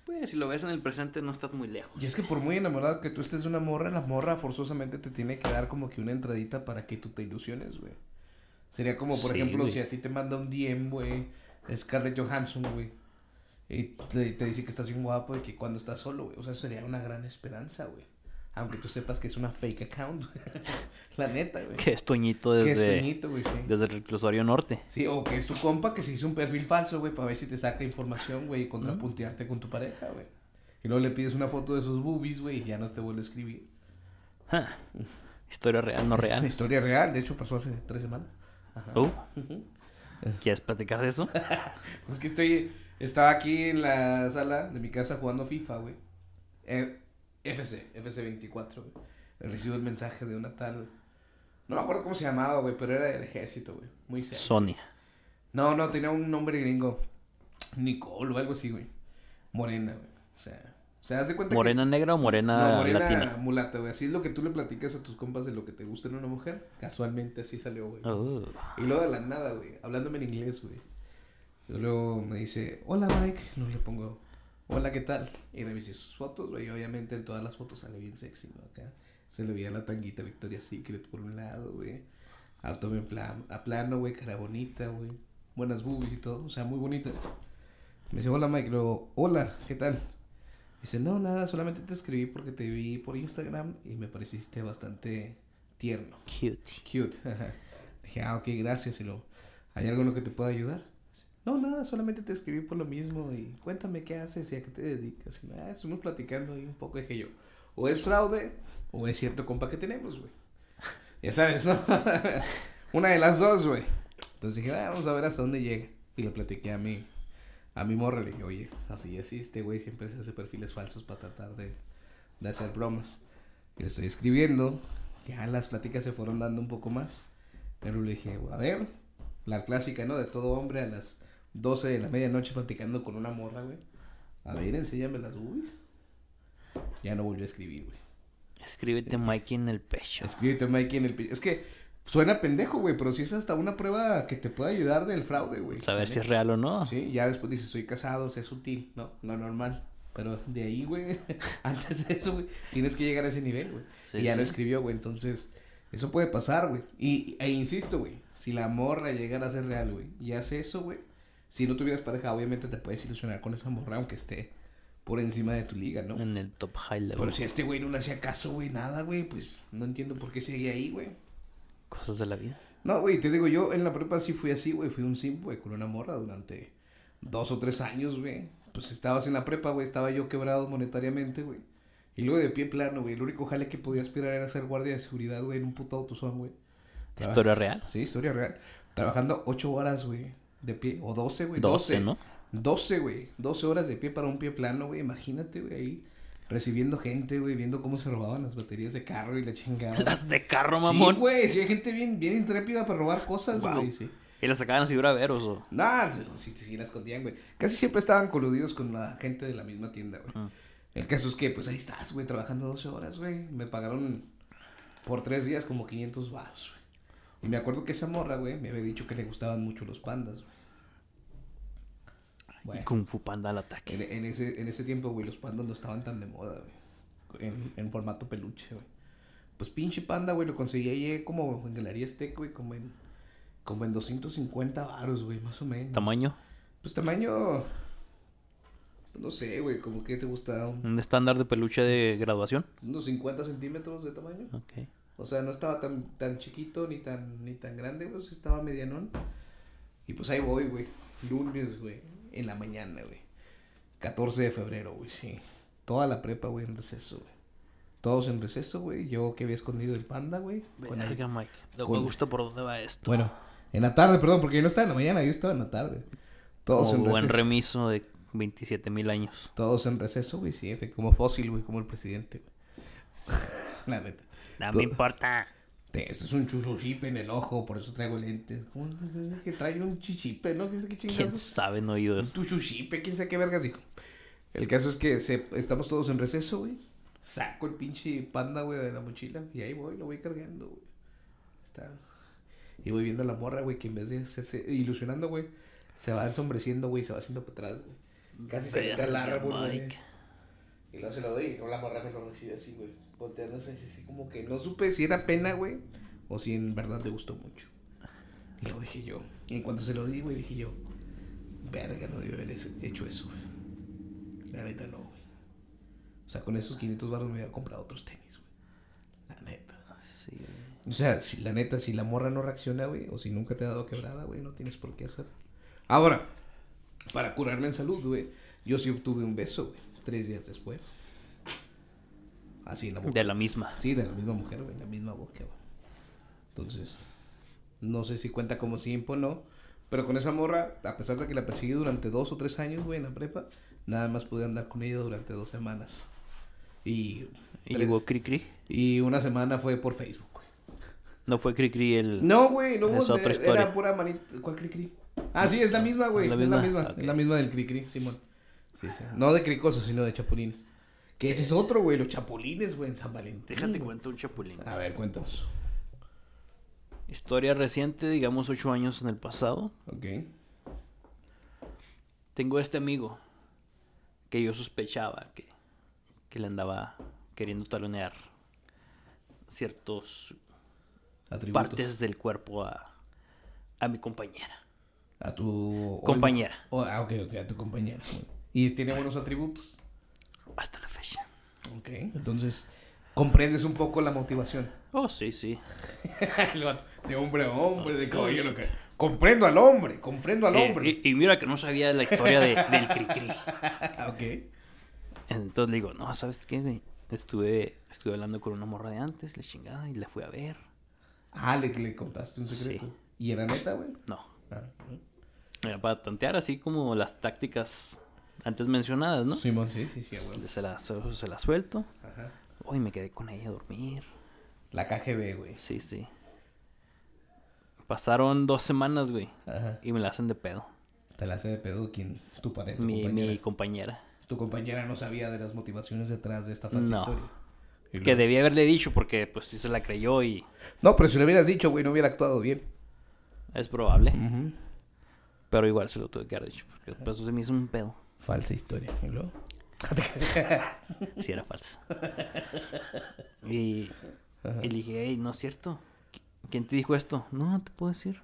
[SPEAKER 2] Pues, si lo ves en el presente, no estás muy lejos.
[SPEAKER 1] Y es que por muy enamorado que tú estés de una morra, la morra forzosamente te tiene que dar como que una entradita para que tú te ilusiones, güey. Sería como, por
[SPEAKER 2] Sí,
[SPEAKER 1] ejemplo,
[SPEAKER 2] güey.
[SPEAKER 1] si a ti te manda un DM, güey, Scarlett Johansson, güey. Y te, te dice que estás bien guapo y que cuando estás solo, güey. O sea, sería una gran esperanza, güey. Aunque tú sepas que es una fake account, güey. La neta, güey.
[SPEAKER 2] Que es Toñito
[SPEAKER 1] Que
[SPEAKER 2] desde,
[SPEAKER 1] es teñito, güey, sí.
[SPEAKER 2] desde el reclusorio norte.
[SPEAKER 1] Sí, o que es tu compa que se hizo un perfil falso, güey, para ver si te saca información, güey, y contrapuntearte con tu pareja, güey. Y luego le pides una foto de sus boobies, güey, y ya no te vuelve a escribir.
[SPEAKER 2] Ja. Historia real, no
[SPEAKER 1] Es una
[SPEAKER 2] real.
[SPEAKER 1] historia real, de hecho pasó hace tres semanas.
[SPEAKER 2] Oh. ¿Quieres platicar de eso?
[SPEAKER 1] Es que estoy, estaba aquí en la sala de mi casa jugando FIFA, güey. Eh, FC, FC 24, güey. Recibo el mensaje de una tal, no me acuerdo cómo se llamaba, güey, pero era del ejército, güey. Muy sexy.
[SPEAKER 2] Sonia.
[SPEAKER 1] No, no, tenía un nombre gringo. Nicole o algo así, güey. Morena, güey. O sea, o sea, haz de cuenta
[SPEAKER 2] ¿Morena negra o
[SPEAKER 1] que...
[SPEAKER 2] morena,
[SPEAKER 1] No, morena
[SPEAKER 2] latina?
[SPEAKER 1] mulata, güey. Así es lo que tú le platicas a tus compas de lo que te gusta en una mujer. Casualmente así salió, güey.
[SPEAKER 2] Oh.
[SPEAKER 1] Y luego de la nada, güey, hablándome en inglés, güey. Y Luego me dice, hola Mike. No le pongo, hola, ¿qué tal? Y revisé sus fotos, güey. y Obviamente en todas las fotos sale bien sexy, ¿no? Acá se le veía la tanguita Victoria's Secret por un lado, güey. Abdomen pla- a plano, güey, cara bonita, güey. Buenas boobies y todo, o sea, muy bonita. Me dice, hola Mike. Luego, hola, ¿qué tal? Dice, no, nada, solamente te escribí porque te vi por Instagram y me pareciste bastante tierno.
[SPEAKER 2] Cute.
[SPEAKER 1] Cute. ajá. Dije, ah, ok, gracias. Y luego, ¿hay algo en lo que te pueda ayudar? Dice, No, nada, solamente te escribí por lo mismo y cuéntame qué haces y a qué te dedicas. Y, ah, estuvimos platicando ahí un poco. Dije yo, o es fraude o es cierto compa que tenemos, güey. Ya sabes, ¿no? Una de las dos, güey. Entonces dije, ah, vamos a ver hasta dónde llega. Y le platiqué a mi, a mi morra. Le dije, oye, así es, este güey siempre se hace perfiles falsos para tratar de, de hacer bromas. Y le estoy escribiendo. Ya las pláticas se fueron dando un poco más. Pero le dije, a ver, la clásica, ¿no? De todo hombre a las 12 de la medianoche platicando con una morra, güey. A ver, enséñame las boobies. Ya no volvió a escribir, güey.
[SPEAKER 2] Escríbete Mikey en el pecho.
[SPEAKER 1] Escríbete, Mikey, en el... pi- Es que suena pendejo, güey, pero si es hasta una prueba que te puede ayudar del fraude, güey.
[SPEAKER 2] Saber
[SPEAKER 1] ¿Sale?
[SPEAKER 2] si es real o no.
[SPEAKER 1] Sí, ya después dices, soy casado, sé sutil, ¿no? Lo normal. Pero de ahí, güey, antes de eso, güey, tienes que llegar a ese nivel, güey.
[SPEAKER 2] Sí,
[SPEAKER 1] y ya lo
[SPEAKER 2] sí.
[SPEAKER 1] escribió, güey, entonces, eso puede pasar, güey. Y, e insisto, güey, si la morra llegara a ser real, güey, y hace eso, güey, si no tuvieras pareja, obviamente te puedes ilusionar con esa morra, aunque esté por encima de tu liga, ¿no?
[SPEAKER 2] En el top high level.
[SPEAKER 1] Pero si a este güey no le hacía caso, güey, nada, güey, pues no entiendo por qué sigue ahí, güey.
[SPEAKER 2] Cosas de la vida.
[SPEAKER 1] No, güey, te digo, yo en la prepa sí fui así, güey. Fui un simp, güey, con una morra durante dos o tres años, güey. Pues estabas en la prepa, güey. Estaba yo quebrado monetariamente, güey. Y luego de pie plano, güey. El único jale que podía aspirar era ser guardia de seguridad, güey, en un puto autosón, güey. Traba-
[SPEAKER 2] Historia real.
[SPEAKER 1] Sí, historia real. Trabajando ocho horas, güey, de pie. O doce, güey.
[SPEAKER 2] 12,
[SPEAKER 1] Doce,
[SPEAKER 2] ¿no?
[SPEAKER 1] 12, güey. 12 horas de pie para un pie plano, güey. Imagínate, güey, ahí recibiendo gente, güey, viendo cómo se robaban las baterías de carro y la chingada.
[SPEAKER 2] Las de carro,
[SPEAKER 1] Ah. Sí,
[SPEAKER 2] mamón.
[SPEAKER 1] güey, sí hay gente bien, bien intrépida para robar cosas,
[SPEAKER 2] Guau.
[SPEAKER 1] güey, sí.
[SPEAKER 2] y las sacaban así braveros o.
[SPEAKER 1] Nah, sí, sí, sí, la escondían, güey. Casi siempre estaban coludidos con la gente de la misma tienda, güey.
[SPEAKER 2] Ah.
[SPEAKER 1] El caso es que, pues ahí estás, güey, trabajando 12 horas, güey. Me pagaron por tres días como 500 baros, güey. Y me acuerdo que esa morra, güey, me había dicho que le gustaban mucho los pandas, güey.
[SPEAKER 2] Y
[SPEAKER 1] Bueno, Eh,
[SPEAKER 2] Kung Fu Panda al ataque.
[SPEAKER 1] en, en ese, en ese tiempo, güey, los pandas no estaban tan de moda, güey. En, en formato peluche, güey. Pues pinche panda, güey, lo conseguí ahí eh, como en Galería Azteca, güey, como en, como en 250 baros, güey, más o menos.
[SPEAKER 2] Tamaño.
[SPEAKER 1] Pues tamaño. pues No sé, güey, como que te gusta un-
[SPEAKER 2] Un estándar de peluche de graduación.
[SPEAKER 1] unos 50 centímetros de tamaño.
[SPEAKER 2] Ok.
[SPEAKER 1] O sea, no estaba tan, tan chiquito ni tan, ni tan grande, güey, o sea, estaba medianón. Y pues ahí voy, güey. Lunes, güey. En la mañana, güey. 14 de febrero, güey, sí. Toda la prepa, güey, en receso, güey. Todos en receso, güey. Yo que había escondido el panda, güey. con el-
[SPEAKER 2] Verga, Mike. No
[SPEAKER 1] con-
[SPEAKER 2] me gusta por dónde va esto.
[SPEAKER 1] Bueno, en la tarde, perdón, porque yo no estaba en la mañana, yo estaba en la tarde. Todos
[SPEAKER 2] Como
[SPEAKER 1] en
[SPEAKER 2] buen
[SPEAKER 1] receso.
[SPEAKER 2] remiso de 27 mil años.
[SPEAKER 1] Todos en receso, güey, sí, efe, como fósil, güey, como el presidente, güey. La neta.
[SPEAKER 2] No
[SPEAKER 1] To-
[SPEAKER 2] me importa.
[SPEAKER 1] Te- Eso es un chuchuchipe en el ojo, por eso traigo lentes. ¿Cómo es que- es que trae un chichipe, no? ¿Quién sabe qué
[SPEAKER 2] ¿Quién
[SPEAKER 1] chingados?
[SPEAKER 2] sabe no oído
[SPEAKER 1] Un
[SPEAKER 2] eso?
[SPEAKER 1] tuchuchipe, quién sabe qué vergas dijo. El caso es que se- estamos todos en receso, güey. Saco el pinche panda, güey, de la mochila y ahí voy, lo voy cargando, güey. Está... Y voy viendo a la morra, güey, que en vez de hacerse ilusionando, güey, se va ensombreciendo, güey, se va haciendo para atrás, güey. Casi se quita el
[SPEAKER 2] Verga,
[SPEAKER 1] árbol, güey.
[SPEAKER 2] Mike.
[SPEAKER 1] Y luego se lo doy y luego la morra me lo recibe así, güey. Volteándose así, así como que no supe si era pena, güey. O si en verdad te gustó mucho. Y lo dije yo. Y en cuanto se lo di, güey, dije yo. Verga, no debió haber es- hecho eso, güey. La neta no, güey. O sea, con esos 500 baros me hubiera comprado otros tenis, güey. La neta.
[SPEAKER 2] Sí, güey.
[SPEAKER 1] O sea, si la neta, si la morra no reacciona, güey, o si nunca te ha dado quebrada, güey, no tienes por qué hacer. Ahora, para curarme en salud, güey, yo sí obtuve un beso, güey, tres días después. Así en la boca.
[SPEAKER 2] De la misma.
[SPEAKER 1] Sí, de la misma mujer, güey, en la misma boca, güey. Entonces, No sé si cuenta como simp o no. Pero con esa morra, a pesar de que la perseguí durante dos o tres años, güey, en la prepa, nada más pude andar con ella durante dos semanas. Y,
[SPEAKER 2] Y
[SPEAKER 1] tres-
[SPEAKER 2] llegó Cri Cri.
[SPEAKER 1] y una semana fue por Facebook, güey.
[SPEAKER 2] No fue Cri Cri el.
[SPEAKER 1] No, güey, no
[SPEAKER 2] Es
[SPEAKER 1] hubo- era
[SPEAKER 2] otra historia.
[SPEAKER 1] pura manita. ¿Cuál cri-cri? Ah, sí, es la misma, güey. Es la misma. Es la misma,
[SPEAKER 2] Ah, Ok.
[SPEAKER 1] del cri-cri, Simón. Sí, sí. No de cricosos, sino de chapulines. Que ese es otro, güey, los chapulines, güey, en San Valentín.
[SPEAKER 2] Déjate
[SPEAKER 1] güey.
[SPEAKER 2] cuento un chapulín.
[SPEAKER 1] A ver, cuéntanos.
[SPEAKER 2] Historia reciente, digamos ocho años en el pasado.
[SPEAKER 1] Ok.
[SPEAKER 2] Tengo este amigo que yo sospechaba que, que le andaba queriendo talonear ciertos
[SPEAKER 1] Atributos.
[SPEAKER 2] partes del cuerpo a, a mi compañera.
[SPEAKER 1] A tu.
[SPEAKER 2] Compañera.
[SPEAKER 1] o- ah, ok, ok, a tu compañera. Y tiene buenos atributos.
[SPEAKER 2] Hasta la fecha.
[SPEAKER 1] Ok. Entonces, comprendes un poco la motivación.
[SPEAKER 2] Oh, sí, sí.
[SPEAKER 1] El vato, de hombre a hombre, de caballero. que- Comprendo al hombre, comprendo al
[SPEAKER 2] Eh,
[SPEAKER 1] hombre.
[SPEAKER 2] y, y mira que no sabía de la historia de- del cri-cri.
[SPEAKER 1] ok.
[SPEAKER 2] Entonces le digo, no, ¿sabes qué? güey? Estuve, estuve hablando con una morra de antes, la chingada, y la fui a ver.
[SPEAKER 1] Ah, le, le contaste un secreto.
[SPEAKER 2] Sí.
[SPEAKER 1] ¿Y era neta, güey?
[SPEAKER 2] No,
[SPEAKER 1] Ah,
[SPEAKER 2] era para tantear así como las tácticas antes mencionadas, ¿no?
[SPEAKER 1] Simón, sí, sí, sí, güey.
[SPEAKER 2] Se la, se, se la suelto.
[SPEAKER 1] Ajá.
[SPEAKER 2] Hoy me quedé con ella a dormir.
[SPEAKER 1] La KGB, güey.
[SPEAKER 2] Sí, sí. Pasaron dos semanas, güey.
[SPEAKER 1] Ajá.
[SPEAKER 2] Y me la hacen de pedo.
[SPEAKER 1] Te la hace de pedo quien tu pareja, tu
[SPEAKER 2] Mi,
[SPEAKER 1] compañera.
[SPEAKER 2] mi compañera.
[SPEAKER 1] Tu compañera no sabía de las motivaciones detrás de esta falsa
[SPEAKER 2] No.
[SPEAKER 1] historia. Y
[SPEAKER 2] Que
[SPEAKER 1] luego-
[SPEAKER 2] debía haberle dicho porque pues sí se la creyó y
[SPEAKER 1] No, pero si le hubieras dicho, güey, no hubiera actuado bien.
[SPEAKER 2] es probable. Pero igual se lo tuve que haber dicho porque después se me hizo un pedo.
[SPEAKER 1] Falsa historia. ¿Y luego?
[SPEAKER 2] Si era falsa. Y, y le dije, hey, no es cierto. ¿Qui- ¿Quién te dijo esto? No, no te puedo decir.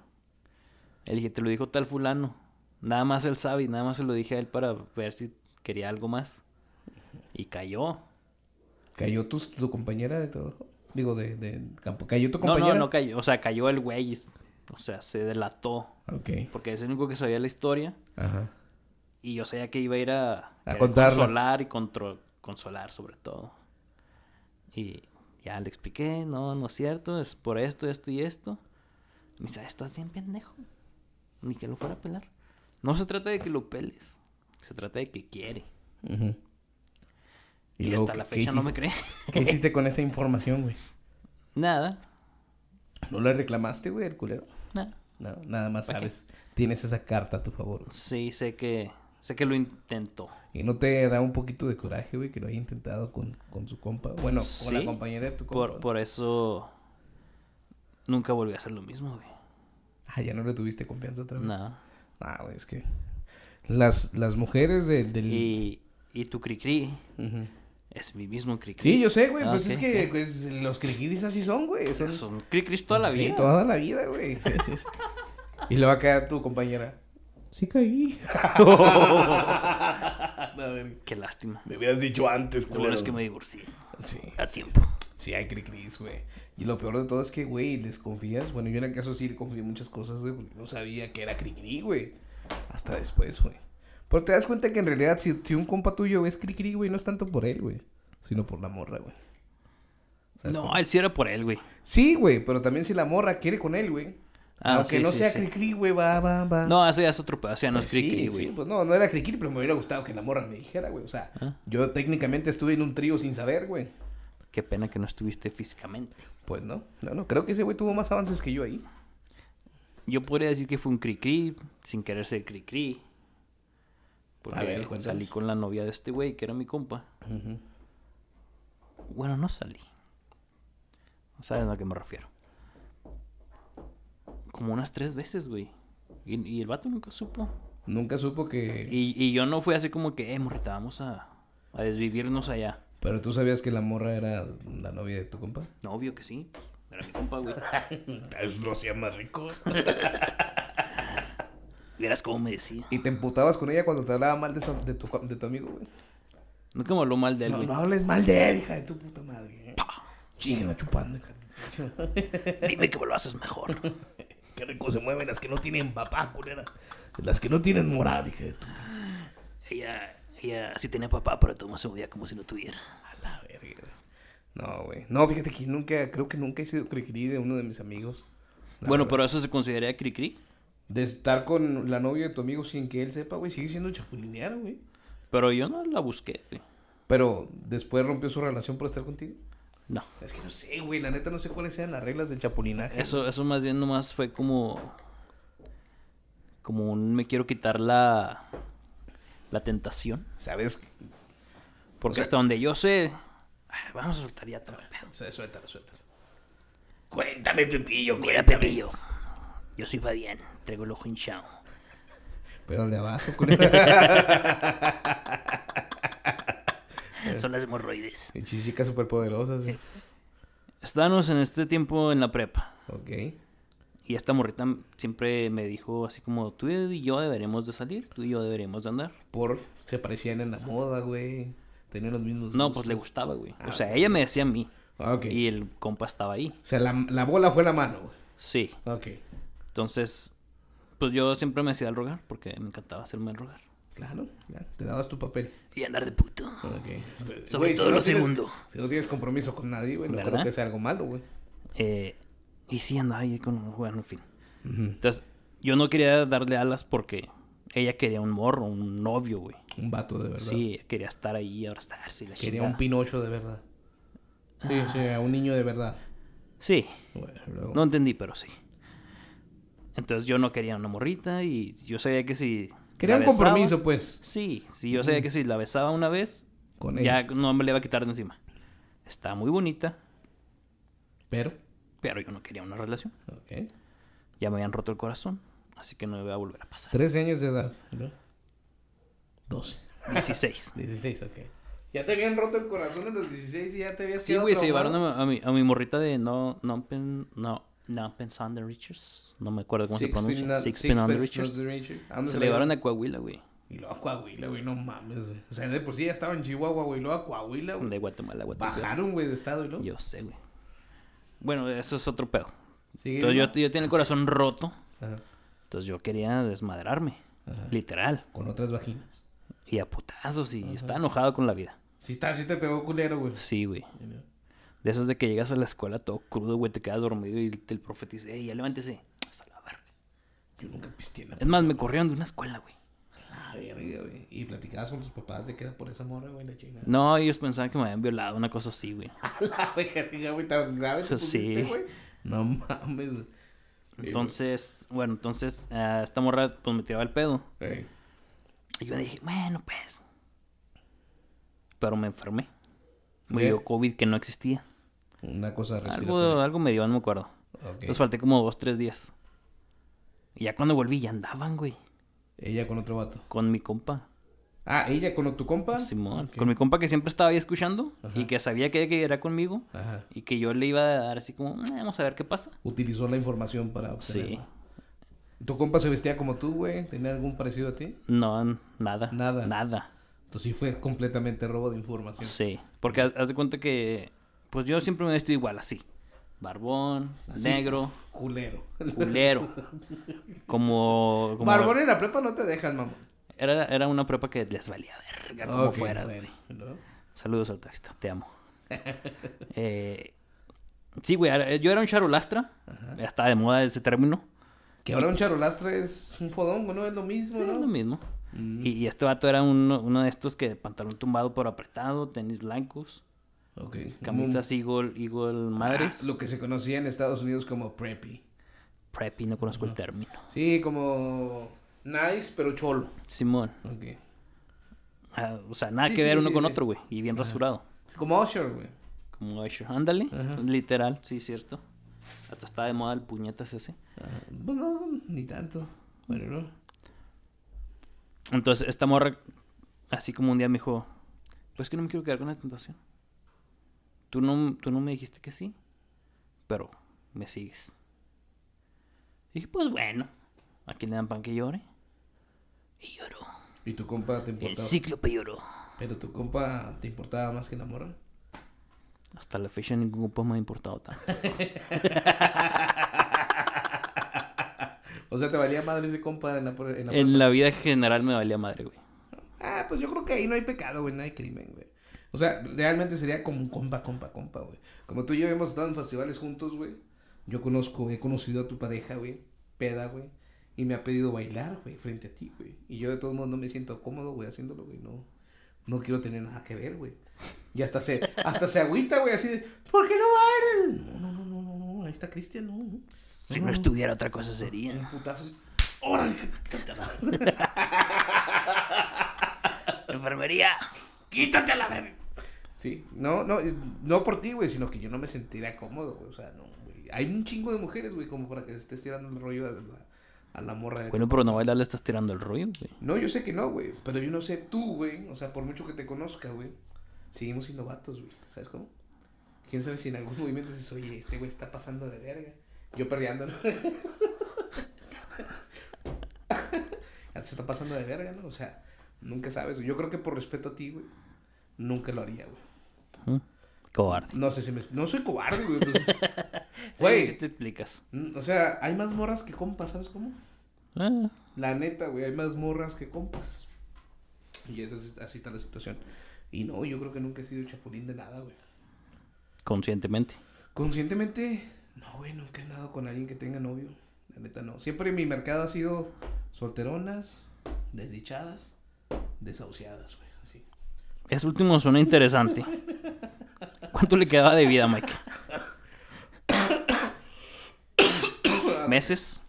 [SPEAKER 2] Le dije, te lo dijo tal fulano. Nada más él sabe y nada más se lo dije a él para ver si quería algo más. Y cayó.
[SPEAKER 1] ¿Cayó tu, tu compañera de trabajo? Digo, de, de campo. ¿Cayó tu
[SPEAKER 2] No,
[SPEAKER 1] compañera?
[SPEAKER 2] no, no cayó. O sea, cayó el güey. y- O sea, se delató.
[SPEAKER 1] Ah, Ok.
[SPEAKER 2] Porque es el único que sabía la historia.
[SPEAKER 1] Ajá.
[SPEAKER 2] Y yo sabía que iba a ir a, querer
[SPEAKER 1] contarla.
[SPEAKER 2] consolar y contro- consolar sobre todo. Y ya le expliqué, no, no es cierto, es por esto, esto y esto. Me dice, "Ah, estás bien pendejo. Ni que lo fuera a pelar. No se trata de que lo peles, se trata de que quiere.
[SPEAKER 1] Ujú.
[SPEAKER 2] Y,
[SPEAKER 1] luego,
[SPEAKER 2] hasta la
[SPEAKER 1] ¿qué- qué
[SPEAKER 2] fecha no me
[SPEAKER 1] hiciste-
[SPEAKER 2] cree.
[SPEAKER 1] ¿Qué hiciste con esa información, güey?
[SPEAKER 2] Nada,
[SPEAKER 1] ¿No le reclamaste, güey, al culero?
[SPEAKER 2] nada.
[SPEAKER 1] No, nada más
[SPEAKER 2] ¿Para qué?
[SPEAKER 1] sabes. Tienes esa carta a tu favor. güey.
[SPEAKER 2] Sí, sé que, sé que lo intentó.
[SPEAKER 1] Y no te da un poquito de coraje, güey, que lo haya intentado con, con su compa. Bueno, con la
[SPEAKER 2] Sí,
[SPEAKER 1] compañera de tu compa.
[SPEAKER 2] Por, por eso nunca volví a hacer lo mismo, güey.
[SPEAKER 1] Ah, ya no le tuviste confianza otra vez.
[SPEAKER 2] Nada.
[SPEAKER 1] Ah, güey, es que. Las, las mujeres de- del.
[SPEAKER 2] Y, y tu cri-cri
[SPEAKER 1] Ujú.
[SPEAKER 2] es mi mismo cri-cri.
[SPEAKER 1] Sí, yo sé, güey.
[SPEAKER 2] Ah,
[SPEAKER 1] pues
[SPEAKER 2] ok,
[SPEAKER 1] es que pues, los criquiris así son, güey. Son
[SPEAKER 2] Son cri-cris toda la
[SPEAKER 1] sí,
[SPEAKER 2] vida.
[SPEAKER 1] toda la vida, güey. Sí, sí, sí. y luego acá tu compañera. Sí caí. No, a ver,
[SPEAKER 2] Qué lástima.
[SPEAKER 1] me hubieras dicho antes,
[SPEAKER 2] Lo bueno
[SPEAKER 1] culero.
[SPEAKER 2] es que me divorcié
[SPEAKER 1] Sí.
[SPEAKER 2] a tiempo.
[SPEAKER 1] Sí, hay cris, güey. Y lo peor de todo es que, güey, desconfías. Bueno, yo en el caso sí confié en muchas cosas, güey, porque no sabía que era cri, güey. Hasta después, güey. Pero te das cuenta que en realidad, si, si un compa tuyo es cri, güey, no es tanto por él, güey, sino por la morra, güey. ¿Sabes
[SPEAKER 2] No,
[SPEAKER 1] cómo?
[SPEAKER 2] él sí era por él, güey.
[SPEAKER 1] Sí, güey, pero también si la morra quiere con él, güey.
[SPEAKER 2] Ah,
[SPEAKER 1] Aunque
[SPEAKER 2] sí,
[SPEAKER 1] no
[SPEAKER 2] sí,
[SPEAKER 1] sea
[SPEAKER 2] sí.
[SPEAKER 1] cri, güey, va, va, va.
[SPEAKER 2] No, eso ya es otro pedo. O sea, no
[SPEAKER 1] Pues
[SPEAKER 2] es cri-cri,
[SPEAKER 1] sí,
[SPEAKER 2] güey.
[SPEAKER 1] sí, pues no, no era cri, pero me hubiera gustado que la morra me dijera, güey. O sea,
[SPEAKER 2] Ah.
[SPEAKER 1] yo técnicamente estuve en un trío sin saber, güey.
[SPEAKER 2] Qué pena que no estuviste físicamente.
[SPEAKER 1] Pues no, no, no, creo que ese güey tuvo más avances que yo ahí.
[SPEAKER 2] Yo podría decir que fue un cri-cri sin querer ser cri-cri. Porque
[SPEAKER 1] A ver, cuéntanos.
[SPEAKER 2] salí con la novia de este güey, que era mi compa. Bueno, no salí. No sabes a lo que me refiero. Como unas tres veces, güey. Y, y el vato nunca supo.
[SPEAKER 1] Nunca supo que.
[SPEAKER 2] Y, y yo no fui así como que, eh, morrita, vamos a, a desvivirnos allá.
[SPEAKER 1] Pero tú sabías que la morra era la novia de tu compa.
[SPEAKER 2] No, obvio que sí. Era mi compa, güey.
[SPEAKER 1] Eso lo hacía más rico.
[SPEAKER 2] Verás cómo me decía.
[SPEAKER 1] ¿Y te emputabas con ella cuando te hablaba mal de, su- de, tu, co- de tu amigo, güey?
[SPEAKER 2] Nunca me habló mal de él,
[SPEAKER 1] No,
[SPEAKER 2] güey.
[SPEAKER 1] no hables mal de él, hija de tu puta madre. Chíguenla chupando, hija. de tu-
[SPEAKER 2] Dime que me lo haces mejor.
[SPEAKER 1] Qué rico se mueven las que no tienen papá, culera. Las que no tienen moral, hija de tu.
[SPEAKER 2] ella, ella sí tenía papá, pero todo se movía como si no tuviera.
[SPEAKER 1] A la verga. güey. No, güey. No, fíjate que nunca, creo que nunca he sido criquiri de uno de mis amigos.
[SPEAKER 2] bueno, pero eso se consideraría cri-cri.
[SPEAKER 1] De estar con la novia de tu amigo sin que él sepa, güey, sigue siendo chapulinear, güey.
[SPEAKER 2] Pero yo no la busqué, güey.
[SPEAKER 1] Pero después rompió su relación por estar contigo.
[SPEAKER 2] No.
[SPEAKER 1] Es que no sé, güey, la neta no sé cuáles sean las reglas del chapulinaje.
[SPEAKER 2] Eso, eso más bien nomás fue como. Como un me quiero quitar la. La tentación.
[SPEAKER 1] ¿Sabes?
[SPEAKER 2] Porque
[SPEAKER 1] O sea-
[SPEAKER 2] hasta donde yo sé. Ay, Vamos a saltar ya todo el pedo.
[SPEAKER 1] Suéltalo, suéltalo. Cuéntame, Pepillo,
[SPEAKER 2] Mira, Pepillo. Yo soy Fabián. Traigo el ojo hinchado.
[SPEAKER 1] Pero de abajo, culera.
[SPEAKER 2] Son las hemorroides.
[SPEAKER 1] Y Chisica superpoderosas, güey.
[SPEAKER 2] Estábamos en este tiempo en la prepa.
[SPEAKER 1] Ok.
[SPEAKER 2] Y esta morrita siempre me dijo así como, tú y yo deberemos de salir, tú y yo deberemos de andar.
[SPEAKER 1] Por. Se parecían en la moda, güey. Tenían los mismos.
[SPEAKER 2] No, pues le
[SPEAKER 1] gustó.
[SPEAKER 2] gustaba, güey. O sea, ella me decía a mí.
[SPEAKER 1] Ok.
[SPEAKER 2] Y el compa estaba ahí.
[SPEAKER 1] O sea, la, la bola fue la mano, güey.
[SPEAKER 2] Sí.
[SPEAKER 1] Ok.
[SPEAKER 2] Entonces, pues yo siempre me hacía el rogar porque me encantaba hacerme el rogar.
[SPEAKER 1] Claro, claro. Te dabas tu papel.
[SPEAKER 2] Y andar de puto.
[SPEAKER 1] Ok. Pero,
[SPEAKER 2] Sobre
[SPEAKER 1] güey,
[SPEAKER 2] todo
[SPEAKER 1] no
[SPEAKER 2] lo
[SPEAKER 1] tienes-
[SPEAKER 2] segundo.
[SPEAKER 1] Si no tienes compromiso con nadie, güey, no creo
[SPEAKER 2] ¿Verdad?
[SPEAKER 1] que sea algo malo, güey.
[SPEAKER 2] Eh, y sí, andaba ahí con... Bueno, en fin. Entonces, yo no quería darle alas porque ella quería un morro, un novio, güey.
[SPEAKER 1] Un vato de verdad.
[SPEAKER 2] Sí, quería estar ahí, abrazarse y la
[SPEAKER 1] Quería
[SPEAKER 2] chingada.
[SPEAKER 1] un Pinocho de verdad. Sí, sí, a un niño de verdad.
[SPEAKER 2] Sí.
[SPEAKER 1] Bueno, luego.
[SPEAKER 2] No entendí, pero sí. Entonces yo no quería una morrita y yo sabía que si...
[SPEAKER 1] Quería
[SPEAKER 2] la
[SPEAKER 1] un
[SPEAKER 2] besaba-
[SPEAKER 1] compromiso, pues,
[SPEAKER 2] Sí, sí, yo sabía que si la besaba una vez,
[SPEAKER 1] con
[SPEAKER 2] ya
[SPEAKER 1] ella.
[SPEAKER 2] no me le iba a quitar de encima. Está muy bonita,
[SPEAKER 1] Pero,
[SPEAKER 2] pero yo no quería una relación.
[SPEAKER 1] ok.
[SPEAKER 2] Ya me habían roto el corazón, así que no me iba a volver a pasar.
[SPEAKER 1] 13 años de edad. ¿no? 12.
[SPEAKER 2] 16.
[SPEAKER 1] 16, ok. Ya te habían roto el corazón a los 16 y ya te habías
[SPEAKER 2] Sí, güey, se llevaron a, a mi, a mi morrita de no, no, pen- no, no, pensando Richards. No me acuerdo cómo se pronuncia. Sixpence Under Richards. Se la llevaron a Coahuila, güey,
[SPEAKER 1] Y luego a Coahuila, güey, no mames, güey. O sea, de por sí ya estaba en Chihuahua, güey, luego a Coahuila, güey.
[SPEAKER 2] de Guatemala, Guatemala.
[SPEAKER 1] Bajaron, güey, de estado, ¿no?
[SPEAKER 2] Yo sé, güey. Bueno, eso es otro pedo.
[SPEAKER 1] Sí,
[SPEAKER 2] Entonces yo, yo tenía el corazón roto,
[SPEAKER 1] Ajá.
[SPEAKER 2] entonces yo quería desmadrarme, literal,
[SPEAKER 1] Con otras vaginas.
[SPEAKER 2] y a putazos, y estaba enojado con la vida.
[SPEAKER 1] Sí, está, sí te pegó culero, güey.
[SPEAKER 2] Sí, güey. De esas de que llegas a la escuela todo crudo, güey, te quedas dormido y el profe te dice, ey, ya levántese. Hasta la verga.
[SPEAKER 1] Yo nunca pisteé en la
[SPEAKER 2] Es más, me corrieron de una escuela, güey.
[SPEAKER 1] Ah, verga, güey. Y platicabas con tus papás de que era por esa morra, güey, la chingada.
[SPEAKER 2] No, ellos pensaban que me habían violado, una cosa así, güey.
[SPEAKER 1] A la verga, güey, tan grave te
[SPEAKER 2] Sí.
[SPEAKER 1] pusiste, güey. No mames. güey.
[SPEAKER 2] Entonces, bueno, entonces, ah, esta morra, pues me tiraba el pedo.
[SPEAKER 1] Ey.
[SPEAKER 2] Y yo dije, bueno, pues. Pero me enfermé. Me
[SPEAKER 1] ¿Qué?
[SPEAKER 2] dio COVID que no existía.
[SPEAKER 1] Una cosa respiratoria.
[SPEAKER 2] Algo, pues, algo me dio, no me acuerdo.
[SPEAKER 1] Ok.
[SPEAKER 2] Entonces falté como dos, tres días. Y ya cuando volví, ya andaban, güey.
[SPEAKER 1] Ella con otro vato.
[SPEAKER 2] Con mi compa.
[SPEAKER 1] Ah, ella con tu compa.
[SPEAKER 2] Simón.
[SPEAKER 1] Ok.
[SPEAKER 2] Con mi compa que siempre estaba ahí escuchando. Y que sabía que ella quería conmigo.
[SPEAKER 1] Ajá.
[SPEAKER 2] Y que yo le iba a dar así como, "Eh, vamos a ver qué pasa.
[SPEAKER 1] Utilizó la información para
[SPEAKER 2] Sí.
[SPEAKER 1] obtenerla. ¿Tu compa se vestía como tú, güey? ¿Tenía algún parecido a ti?
[SPEAKER 2] No, n- nada.
[SPEAKER 1] Nada.
[SPEAKER 2] Nada.
[SPEAKER 1] Entonces sí fue completamente robo de información.
[SPEAKER 2] Sí. Porque haz, haz de cuenta que, pues yo siempre me vestido igual, así. Barbón,
[SPEAKER 1] Así,
[SPEAKER 2] negro,
[SPEAKER 1] Culero.
[SPEAKER 2] culero. como... como
[SPEAKER 1] Barbón en la prepa no te dejan, mamá.
[SPEAKER 2] Era, era una prepa que les valía verga como
[SPEAKER 1] Ok,
[SPEAKER 2] fueras, güey.
[SPEAKER 1] bueno, ¿no?
[SPEAKER 2] Saludos al taxista, te amo. Eh, sí, güey, era- yo era un charolastra. Ya estaba de moda ese término.
[SPEAKER 1] Que ahora un charolastre es un fodón, güey, no es lo mismo,
[SPEAKER 2] Era
[SPEAKER 1] ¿no? Mm.
[SPEAKER 2] lo mismo. Y, y este vato era uno, uno de estos que pantalón tumbado pero apretado, tenis blancos,
[SPEAKER 1] Ok.
[SPEAKER 2] camisas eagle, eagle
[SPEAKER 1] Mm.
[SPEAKER 2] madres.
[SPEAKER 1] Ah, Lo que se conocía en Estados Unidos como preppy.
[SPEAKER 2] Preppy, no conozco el término.
[SPEAKER 1] Sí, como nice, pero cholo.
[SPEAKER 2] Simón.
[SPEAKER 1] Ok.
[SPEAKER 2] Ah, o sea, nada
[SPEAKER 1] Sí,
[SPEAKER 2] que
[SPEAKER 1] sí,
[SPEAKER 2] ver
[SPEAKER 1] sí,
[SPEAKER 2] uno con
[SPEAKER 1] sí.
[SPEAKER 2] otro, güey. Y bien rasurado.
[SPEAKER 1] Como Usher, güey.
[SPEAKER 2] Como Usher. Ándale.
[SPEAKER 1] Ajá.
[SPEAKER 2] Literal, sí, cierto. Hasta estaba de moda el puñetas ese.
[SPEAKER 1] Ajá. Pues no, ni tanto. Bueno, ¿no?
[SPEAKER 2] Entonces, esta morra, así como un día me dijo, pues que no me quiero quedar con la tentación. Tú no, tú no me dijiste que sí, pero me sigues. dije, pues bueno, ¿a quién le dan pan que llore? Y lloró.
[SPEAKER 1] Y tu compa te
[SPEAKER 2] El
[SPEAKER 1] importaba.
[SPEAKER 2] cíclope lloró.
[SPEAKER 1] Pero tu compa te importaba más que la morra.
[SPEAKER 2] Hasta la fecha ningún compa me ha importado tanto.
[SPEAKER 1] O sea, te valía madre ese compa en la. por- en la
[SPEAKER 2] en la vida general me valía madre, güey.
[SPEAKER 1] Ah, pues yo creo que ahí no hay pecado, güey, no hay crimen, güey. O sea, realmente sería como un compa, compa, compa, güey. Como tú y yo hemos estado en festivales juntos, güey. Yo conozco, he conocido a tu pareja, güey, peda, güey, y me ha pedido bailar, güey, frente a ti, güey. Y yo de todos modos no me siento cómodo, güey, haciéndolo, güey, no. No quiero tener nada que ver, güey. Y hasta se, hasta se agüita, güey, así de, ¿por qué no bailan? No, no, no, no, no, ahí está Cristian, no, no.
[SPEAKER 2] Si
[SPEAKER 1] Ah.
[SPEAKER 2] no estuviera otra cosa
[SPEAKER 1] Un
[SPEAKER 2] sería.
[SPEAKER 1] putazo así, ¡órale! Quítatela,
[SPEAKER 2] Enfermería.
[SPEAKER 1] quítatela, verga. Sí, no, no, eh, no por ti, güey, sino que yo no me sentiría cómodo, güey, o sea, no, güey. Hay un chingo de mujeres, güey, como para que se estés tirando el rollo a la, a la morra de tu
[SPEAKER 2] Bueno, pero no bailar le estás tirando el rollo, güey.
[SPEAKER 1] No, yo sé que no, güey. Pero yo no sé tú, güey. O sea, por mucho que te conozca, güey. Seguimos siendo vatos, güey. ¿Sabes cómo? Quién sabe si en algún movimiento dices, oye, este güey está pasando de verga. Yo perdiéndolo. Ya se está pasando de verga, ¿no? O sea, nunca sabes. güey. Yo creo que por respeto a ti, güey, nunca lo haría, güey.
[SPEAKER 2] Ujú. Cobarde.
[SPEAKER 1] No sé si me. No soy cobarde, güey. pues, Güey.
[SPEAKER 2] Sí te explicas.
[SPEAKER 1] mm, o sea, hay más morras que compas, ¿sabes cómo?
[SPEAKER 2] Ah,
[SPEAKER 1] La neta, güey, hay más morras que compas. Y eso es- así está la situación. Y no, yo creo que nunca he sido chapulín de nada, güey.
[SPEAKER 2] conscientemente.
[SPEAKER 1] Conscientemente, no, güey, nunca he andado con alguien que tenga novio. La neta, no. Siempre mi mercado ha sido solteronas, desdichadas, desahuciadas, güey. Así.
[SPEAKER 2] Ese último suena interesante. ¿Cuánto le quedaba de vida, Mike? ¿Meses?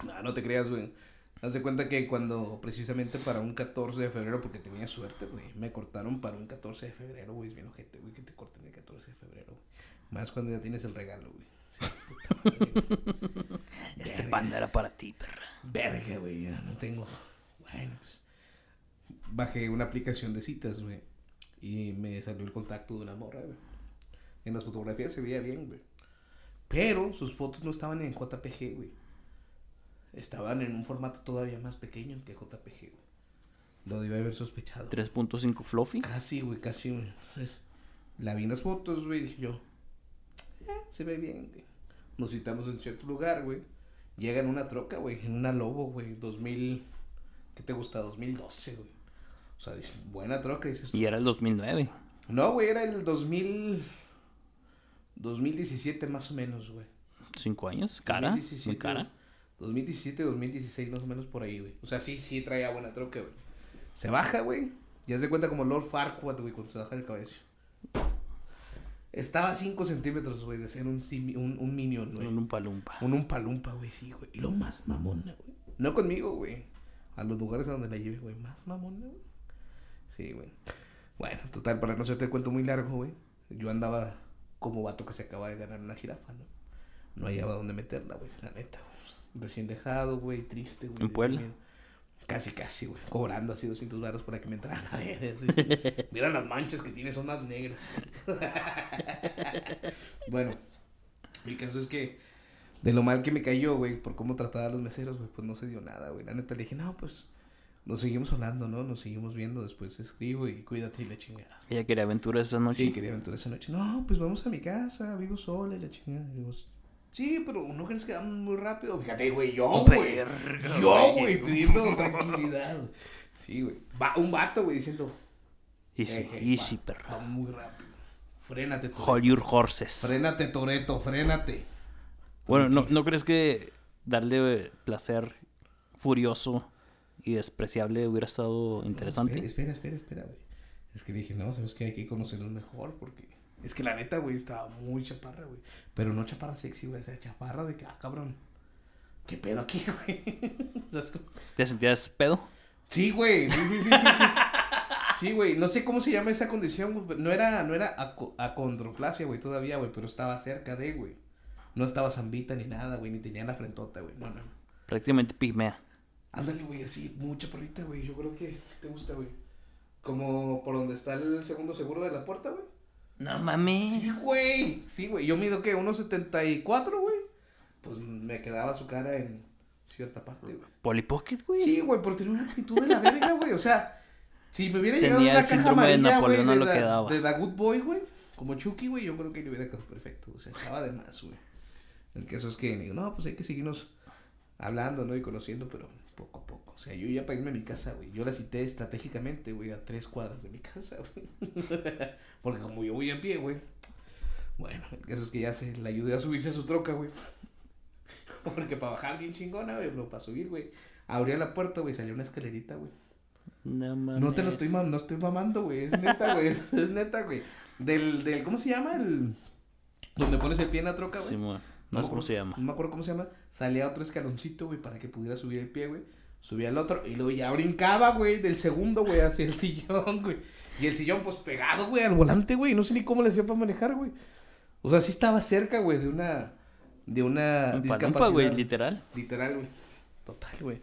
[SPEAKER 1] Ah, No, no te creas, güey. Haz de cuenta que cuando, precisamente para un 14 de febrero, porque tenía suerte, güey, me cortaron para un 14 de febrero, güey. Es bien ojete, güey, que te corten el 14 de febrero. Más cuando ya tienes el regalo, güey. Sí, puta madre, güey.
[SPEAKER 2] Este panda era para ti, perra.
[SPEAKER 1] Verga, güey, ya no tengo. Bueno, pues. Bajé una aplicación de citas, güey. Y me salió el contacto de una morra, güey. En las fotografías se veía bien, güey. Pero sus fotos no estaban en JPG, güey. Estaban en un formato todavía más pequeño que JPG, güey. Lo debí haber sospechado.
[SPEAKER 2] 3.5 fluffy.
[SPEAKER 1] Casi, güey, casi, güey. Entonces, la vi en las fotos, güey, dije yo, "Eh, se ve bien, güey. Nos citamos en cierto lugar, güey. Llega en una troca, güey, en una Lobo, güey, 2000, ¿qué te gusta? 2012, güey. O sea, dices, buena troca, dices. tú.
[SPEAKER 2] Y era el 2009.
[SPEAKER 1] No, güey, era el 2000, 2017 más o menos, güey.
[SPEAKER 2] ¿Cinco años? ¿Cara? ¿Muy
[SPEAKER 1] 2017,
[SPEAKER 2] cara?
[SPEAKER 1] 2017, 2016, más o menos por ahí, güey. O sea, sí, sí traía buena troca, güey. Se baja, güey. Ya se cuenta como Lord Farquaad, güey, cuando se baja el cabello. Estaba a 5 centímetros, güey, de ser un, simi- un, un minion, güey.
[SPEAKER 2] Un umpalumpa.
[SPEAKER 1] Un umpalumpa, güey, sí, güey. Y lo más mamona, güey. No conmigo, güey. A los lugares a donde la lleve, güey. Más mamona, güey. Sí, güey. Bueno, total, para no hacerte el cuento muy largo, güey. Yo andaba como vato que se acaba de ganar una jirafa, ¿no? No hallaba dónde meterla, güey, la neta. Recién dejado, güey, triste, güey.
[SPEAKER 2] ¿En Puebla?
[SPEAKER 1] deprimido. Casi, casi, güey. Cobrando así 200 baros para que me entraran a ver. así. Mira las manchas que tiene, son más negras. bueno, el caso es que de lo mal que me cayó, güey, por cómo trataba a los meseros, güey, pues no se dio nada, güey. La neta le dije, no, pues nos seguimos hablando, ¿no? Nos seguimos viendo, después te escribo y cuídate y la chingada.
[SPEAKER 2] Ella quería aventuras esa noche.
[SPEAKER 1] Sí, quería aventura esa noche. No, pues vamos a mi casa, vivo sola y la chingada. Y digo, sí, pero ¿no crees que vamos muy rápido? Fíjate, güey, yo, güey.
[SPEAKER 2] Verga,
[SPEAKER 1] Yo,
[SPEAKER 2] güey.
[SPEAKER 1] güey, pidiendo tranquilidad. Sí, güey. Va un vato, güey, diciendo.
[SPEAKER 2] Easy,
[SPEAKER 1] "Eh, eh,
[SPEAKER 2] easy,
[SPEAKER 1] va-
[SPEAKER 2] perra.
[SPEAKER 1] Va muy rápido. Frénate, Toreto.
[SPEAKER 2] Hold your horses.
[SPEAKER 1] Frénate, Toreto, frénate.
[SPEAKER 2] Bueno, ¿no, ¿no crees que darle eh, placer furioso y despreciable hubiera estado interesante?
[SPEAKER 1] Espera, espera, espera, güey. Es que dije, no, sabes que hay que conocerlos mejor porque. Es que la neta, güey, estaba muy chaparra, güey. Pero no chaparra sexy, güey. O sea, chaparra de que, ah, cabrón. ¿Qué pedo aquí, güey? ¿Sabes cómo?
[SPEAKER 2] ¿Te sentías pedo?
[SPEAKER 1] Sí, güey. Sí, sí, sí, sí. Sí, Sí, güey. No sé cómo se llama esa condición, güey. pero No era, no era aco- acondroplasia, güey, todavía, güey. Pero estaba cerca de, güey. No estaba zambita ni nada, güey. Ni tenía la frentota, güey. No, no.
[SPEAKER 2] Prácticamente pigmea.
[SPEAKER 1] Ándale, güey, así, mucha perrita, güey. Yo creo que te gusta, güey. Como por donde está el segundo seguro de la puerta, güey.
[SPEAKER 2] No mames.
[SPEAKER 1] Sí, güey. Sí, güey. Yo mido que 1.74, güey. Pues me quedaba su cara en cierta parte, güey.
[SPEAKER 2] Polly Pocket, güey.
[SPEAKER 1] Sí, güey, por tener una actitud de la verga, güey. O sea, si me hubiera llegado
[SPEAKER 2] Tenía
[SPEAKER 1] una
[SPEAKER 2] el
[SPEAKER 1] caja
[SPEAKER 2] síndrome de
[SPEAKER 1] amarilla, güey,
[SPEAKER 2] Napoleón,
[SPEAKER 1] de,
[SPEAKER 2] no lo
[SPEAKER 1] da-
[SPEAKER 2] quedaba.
[SPEAKER 1] de The Good Boy, güey, como Chucky, güey, yo creo que le hubiera quedado perfecto. O sea, estaba de más, güey. El caso es que, digo, no, pues hay que seguirnos hablando, ¿no? Y conociendo, pero poco a poco. O sea, yo ya para irme a mi casa, güey. Yo la cité estratégicamente, güey, a tres cuadras de mi casa, güey. Porque como yo voy a pie, güey. Bueno, el caso es que ya se le ayudé a subirse a su troca, güey. Porque para bajar bien chingona, güey, pero para subir, güey. Abría la puerta, güey, salió una escalerita, güey.
[SPEAKER 2] No mames.
[SPEAKER 1] No te lo estoy, mam no estoy mamando, güey. Es neta, güey. Es, es neta, güey. Del, del, ¿cómo se llama? El, donde pones el pie en la troca, güey.
[SPEAKER 2] Sí, mo-
[SPEAKER 1] me
[SPEAKER 2] no sé cómo
[SPEAKER 1] acuerdo-
[SPEAKER 2] se llama.
[SPEAKER 1] No me acuerdo cómo se llama. Salía otro escaloncito, güey, para que pudiera subir el pie, güey. Subía el otro y luego ya brincaba, güey, del segundo, güey, hacia el sillón, güey. Y el sillón, pues, pegado, güey, al volante, güey. No sé ni cómo le hacía para manejar, güey. O sea, sí estaba cerca, güey, de una... De una
[SPEAKER 2] Un palumpa,
[SPEAKER 1] discapacidad.
[SPEAKER 2] güey, literal.
[SPEAKER 1] Literal, güey. Total, güey.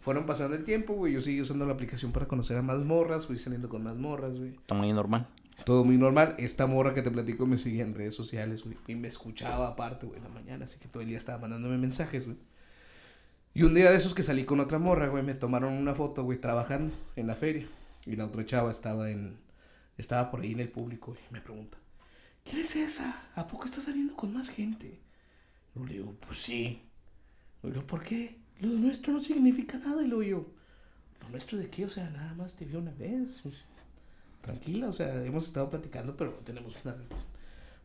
[SPEAKER 1] Fueron pasando el tiempo, güey. Yo seguí usando la aplicación para conocer a más morras. Fui saliendo con más morras, güey.
[SPEAKER 2] Tamaño normal.
[SPEAKER 1] Todo muy normal. Esta morra que te platico me seguía en redes sociales, güey. Y me escuchaba aparte, güey, en la mañana. Así que todo el día estaba mandándome mensajes, güey. Y un día de esos que salí con otra morra, güey, me tomaron una foto, güey, trabajando en la feria. Y la otra chava estaba en... Estaba por ahí en el público, güey. y Me pregunta, ¿quién es esa? ¿A poco está saliendo con más gente? Yo le digo, pues sí. Le digo, ¿por qué? Lo nuestro no significa nada. Y lo yo, ¿lo nuestro de qué? O sea, nada más te vi una vez. Tranquila, o sea, hemos estado platicando, pero no tenemos una relación.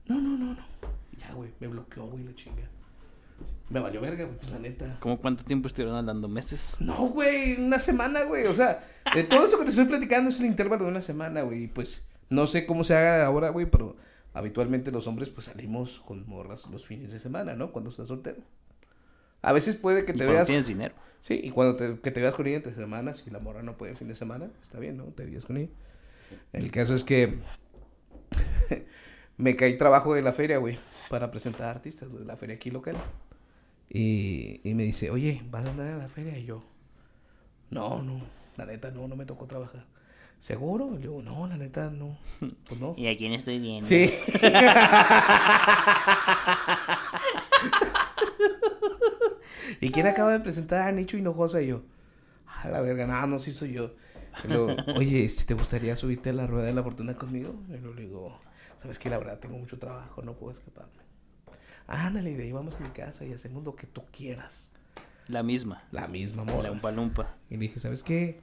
[SPEAKER 1] No, no, no, no. Ya, güey, me bloqueó, güey, la chinga. Me valió verga, güey, pues, la neta.
[SPEAKER 2] ¿Cómo cuánto tiempo estuvieron hablando? ¿Meses?
[SPEAKER 1] No, güey, una semana, güey. O sea, de todo eso que te estoy platicando es el intervalo de una semana, güey. Y pues, no sé cómo se haga ahora, güey, pero habitualmente los hombres, pues salimos con morras los fines de semana, ¿no? Cuando estás soltero. A veces puede que
[SPEAKER 2] ¿Y
[SPEAKER 1] te
[SPEAKER 2] cuando
[SPEAKER 1] veas.
[SPEAKER 2] tienes dinero?
[SPEAKER 1] Sí, y cuando te, que te veas con ella entre semanas, si la morra no puede el fin de semana, está bien, ¿no? Te veías con ella. El caso es que me caí trabajo de la feria, güey, para presentar artistas, güey, de la feria aquí local. Y, y me dice, oye, ¿vas a andar a la feria? Y yo, no, no, la neta, no, no me tocó trabajar. ¿Seguro? Y yo, no, la neta, no, pues no.
[SPEAKER 2] ¿Y a quién estoy viendo?
[SPEAKER 1] Sí. ¿Y quién acaba de presentar a Nicho Hinojosa? Y yo, a la verga, nada, no, sí soy yo. Y luego, Oye, este, ¿te gustaría subirte a la rueda de la fortuna conmigo? Y luego le digo, sabes que la verdad tengo mucho trabajo, no puedo escaparme. Ándale, y de ahí vamos a mi casa y hacemos lo que tú quieras.
[SPEAKER 2] La misma.
[SPEAKER 1] La misma
[SPEAKER 2] La
[SPEAKER 1] morra.
[SPEAKER 2] Umpa Lumpa.
[SPEAKER 1] Y le dije, ¿sabes qué?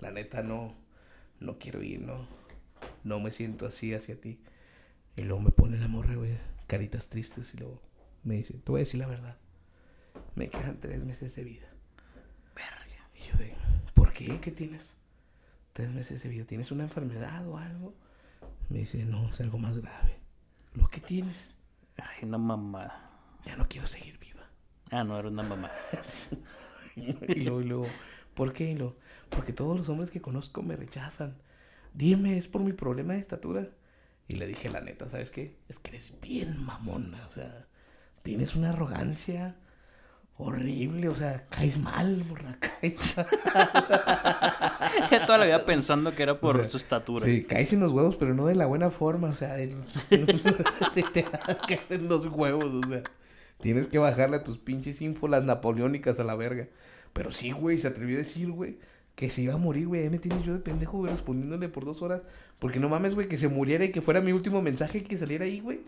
[SPEAKER 1] La neta no, no quiero ir, no. No me siento así hacia ti. Y luego me pone la morra, güey, caritas tristes y luego me dice, te voy a decir la verdad. Me quedan tres meses de vida.
[SPEAKER 2] Verga.
[SPEAKER 1] Y yo de, ¿por qué? ¿Qué tienes? Tres meses de vida. ¿Tienes una enfermedad o algo? Me dice, no, es algo más grave. Lo que tienes,
[SPEAKER 2] Ay, una mamada.
[SPEAKER 1] ya no quiero seguir viva.
[SPEAKER 2] Ah, no, era una mamada.
[SPEAKER 1] Y luego, y luego, ¿por qué? Y luego, porque todos los hombres que conozco me rechazan. Dime, ¿es por mi problema de estatura? Y le dije, la neta, ¿sabes qué? Es que eres bien mamona, o sea, tienes una arrogancia horrible, o sea, caes mal, morra, caes mal.
[SPEAKER 2] Toda la vida pensando que era por
[SPEAKER 1] O sea,
[SPEAKER 2] su estatura.
[SPEAKER 1] Sí, caes en los huevos, pero no de la buena forma, o sea, del- te, te- caes en los huevos, o sea. Tienes que bajarle a tus pinches ínfolas napoleónicas a la verga. Pero sí, güey, se atrevió a decir, güey, que se iba a morir, güey. Ahí me tienes yo de pendejo, güey, respondiéndole por dos horas. Porque no mames, güey, que se muriera y que fuera mi último mensaje que saliera ahí, güey.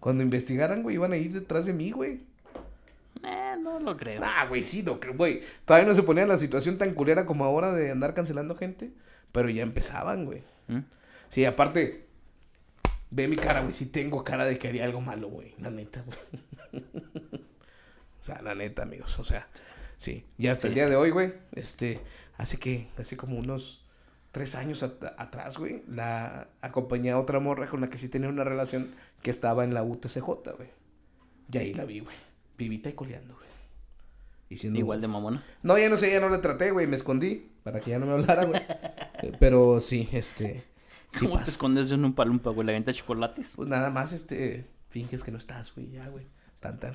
[SPEAKER 1] Cuando investigaran, güey, iban a ir detrás de mí, güey.
[SPEAKER 2] Eh, no lo creo.
[SPEAKER 1] Ah, güey, sí, no, creo, güey. Todavía no se ponía en la situación tan culera como ahora de andar cancelando gente. Pero ya empezaban, güey.
[SPEAKER 2] ¿Mm?
[SPEAKER 1] Sí, aparte, ve mi cara, güey. Sí tengo cara de que haría algo malo, güey. La neta, güey. o sea, la neta, amigos. O sea, sí. Y hasta el día de hoy, güey. Este, hace que, hace como unos tres años at- atrás, güey. La acompañé a otra morra con la que sí tenía una relación que estaba en la UTCJ, güey. Y ahí la vi, güey. Vivita y coleando, güey. Y siendo
[SPEAKER 2] Igual de mamona.
[SPEAKER 1] no, ya no sé, ya no la traté, güey, me escondí para que ya no me hablara, güey. Eh, Pero sí, este, sí
[SPEAKER 2] ¿Cómo te
[SPEAKER 1] pasa.
[SPEAKER 2] escondes de un Umpa Lumpa, güey? ¿La venta de chocolates?
[SPEAKER 1] Pues nada más, este, finges que no estás, güey, ya, güey, tan, tan.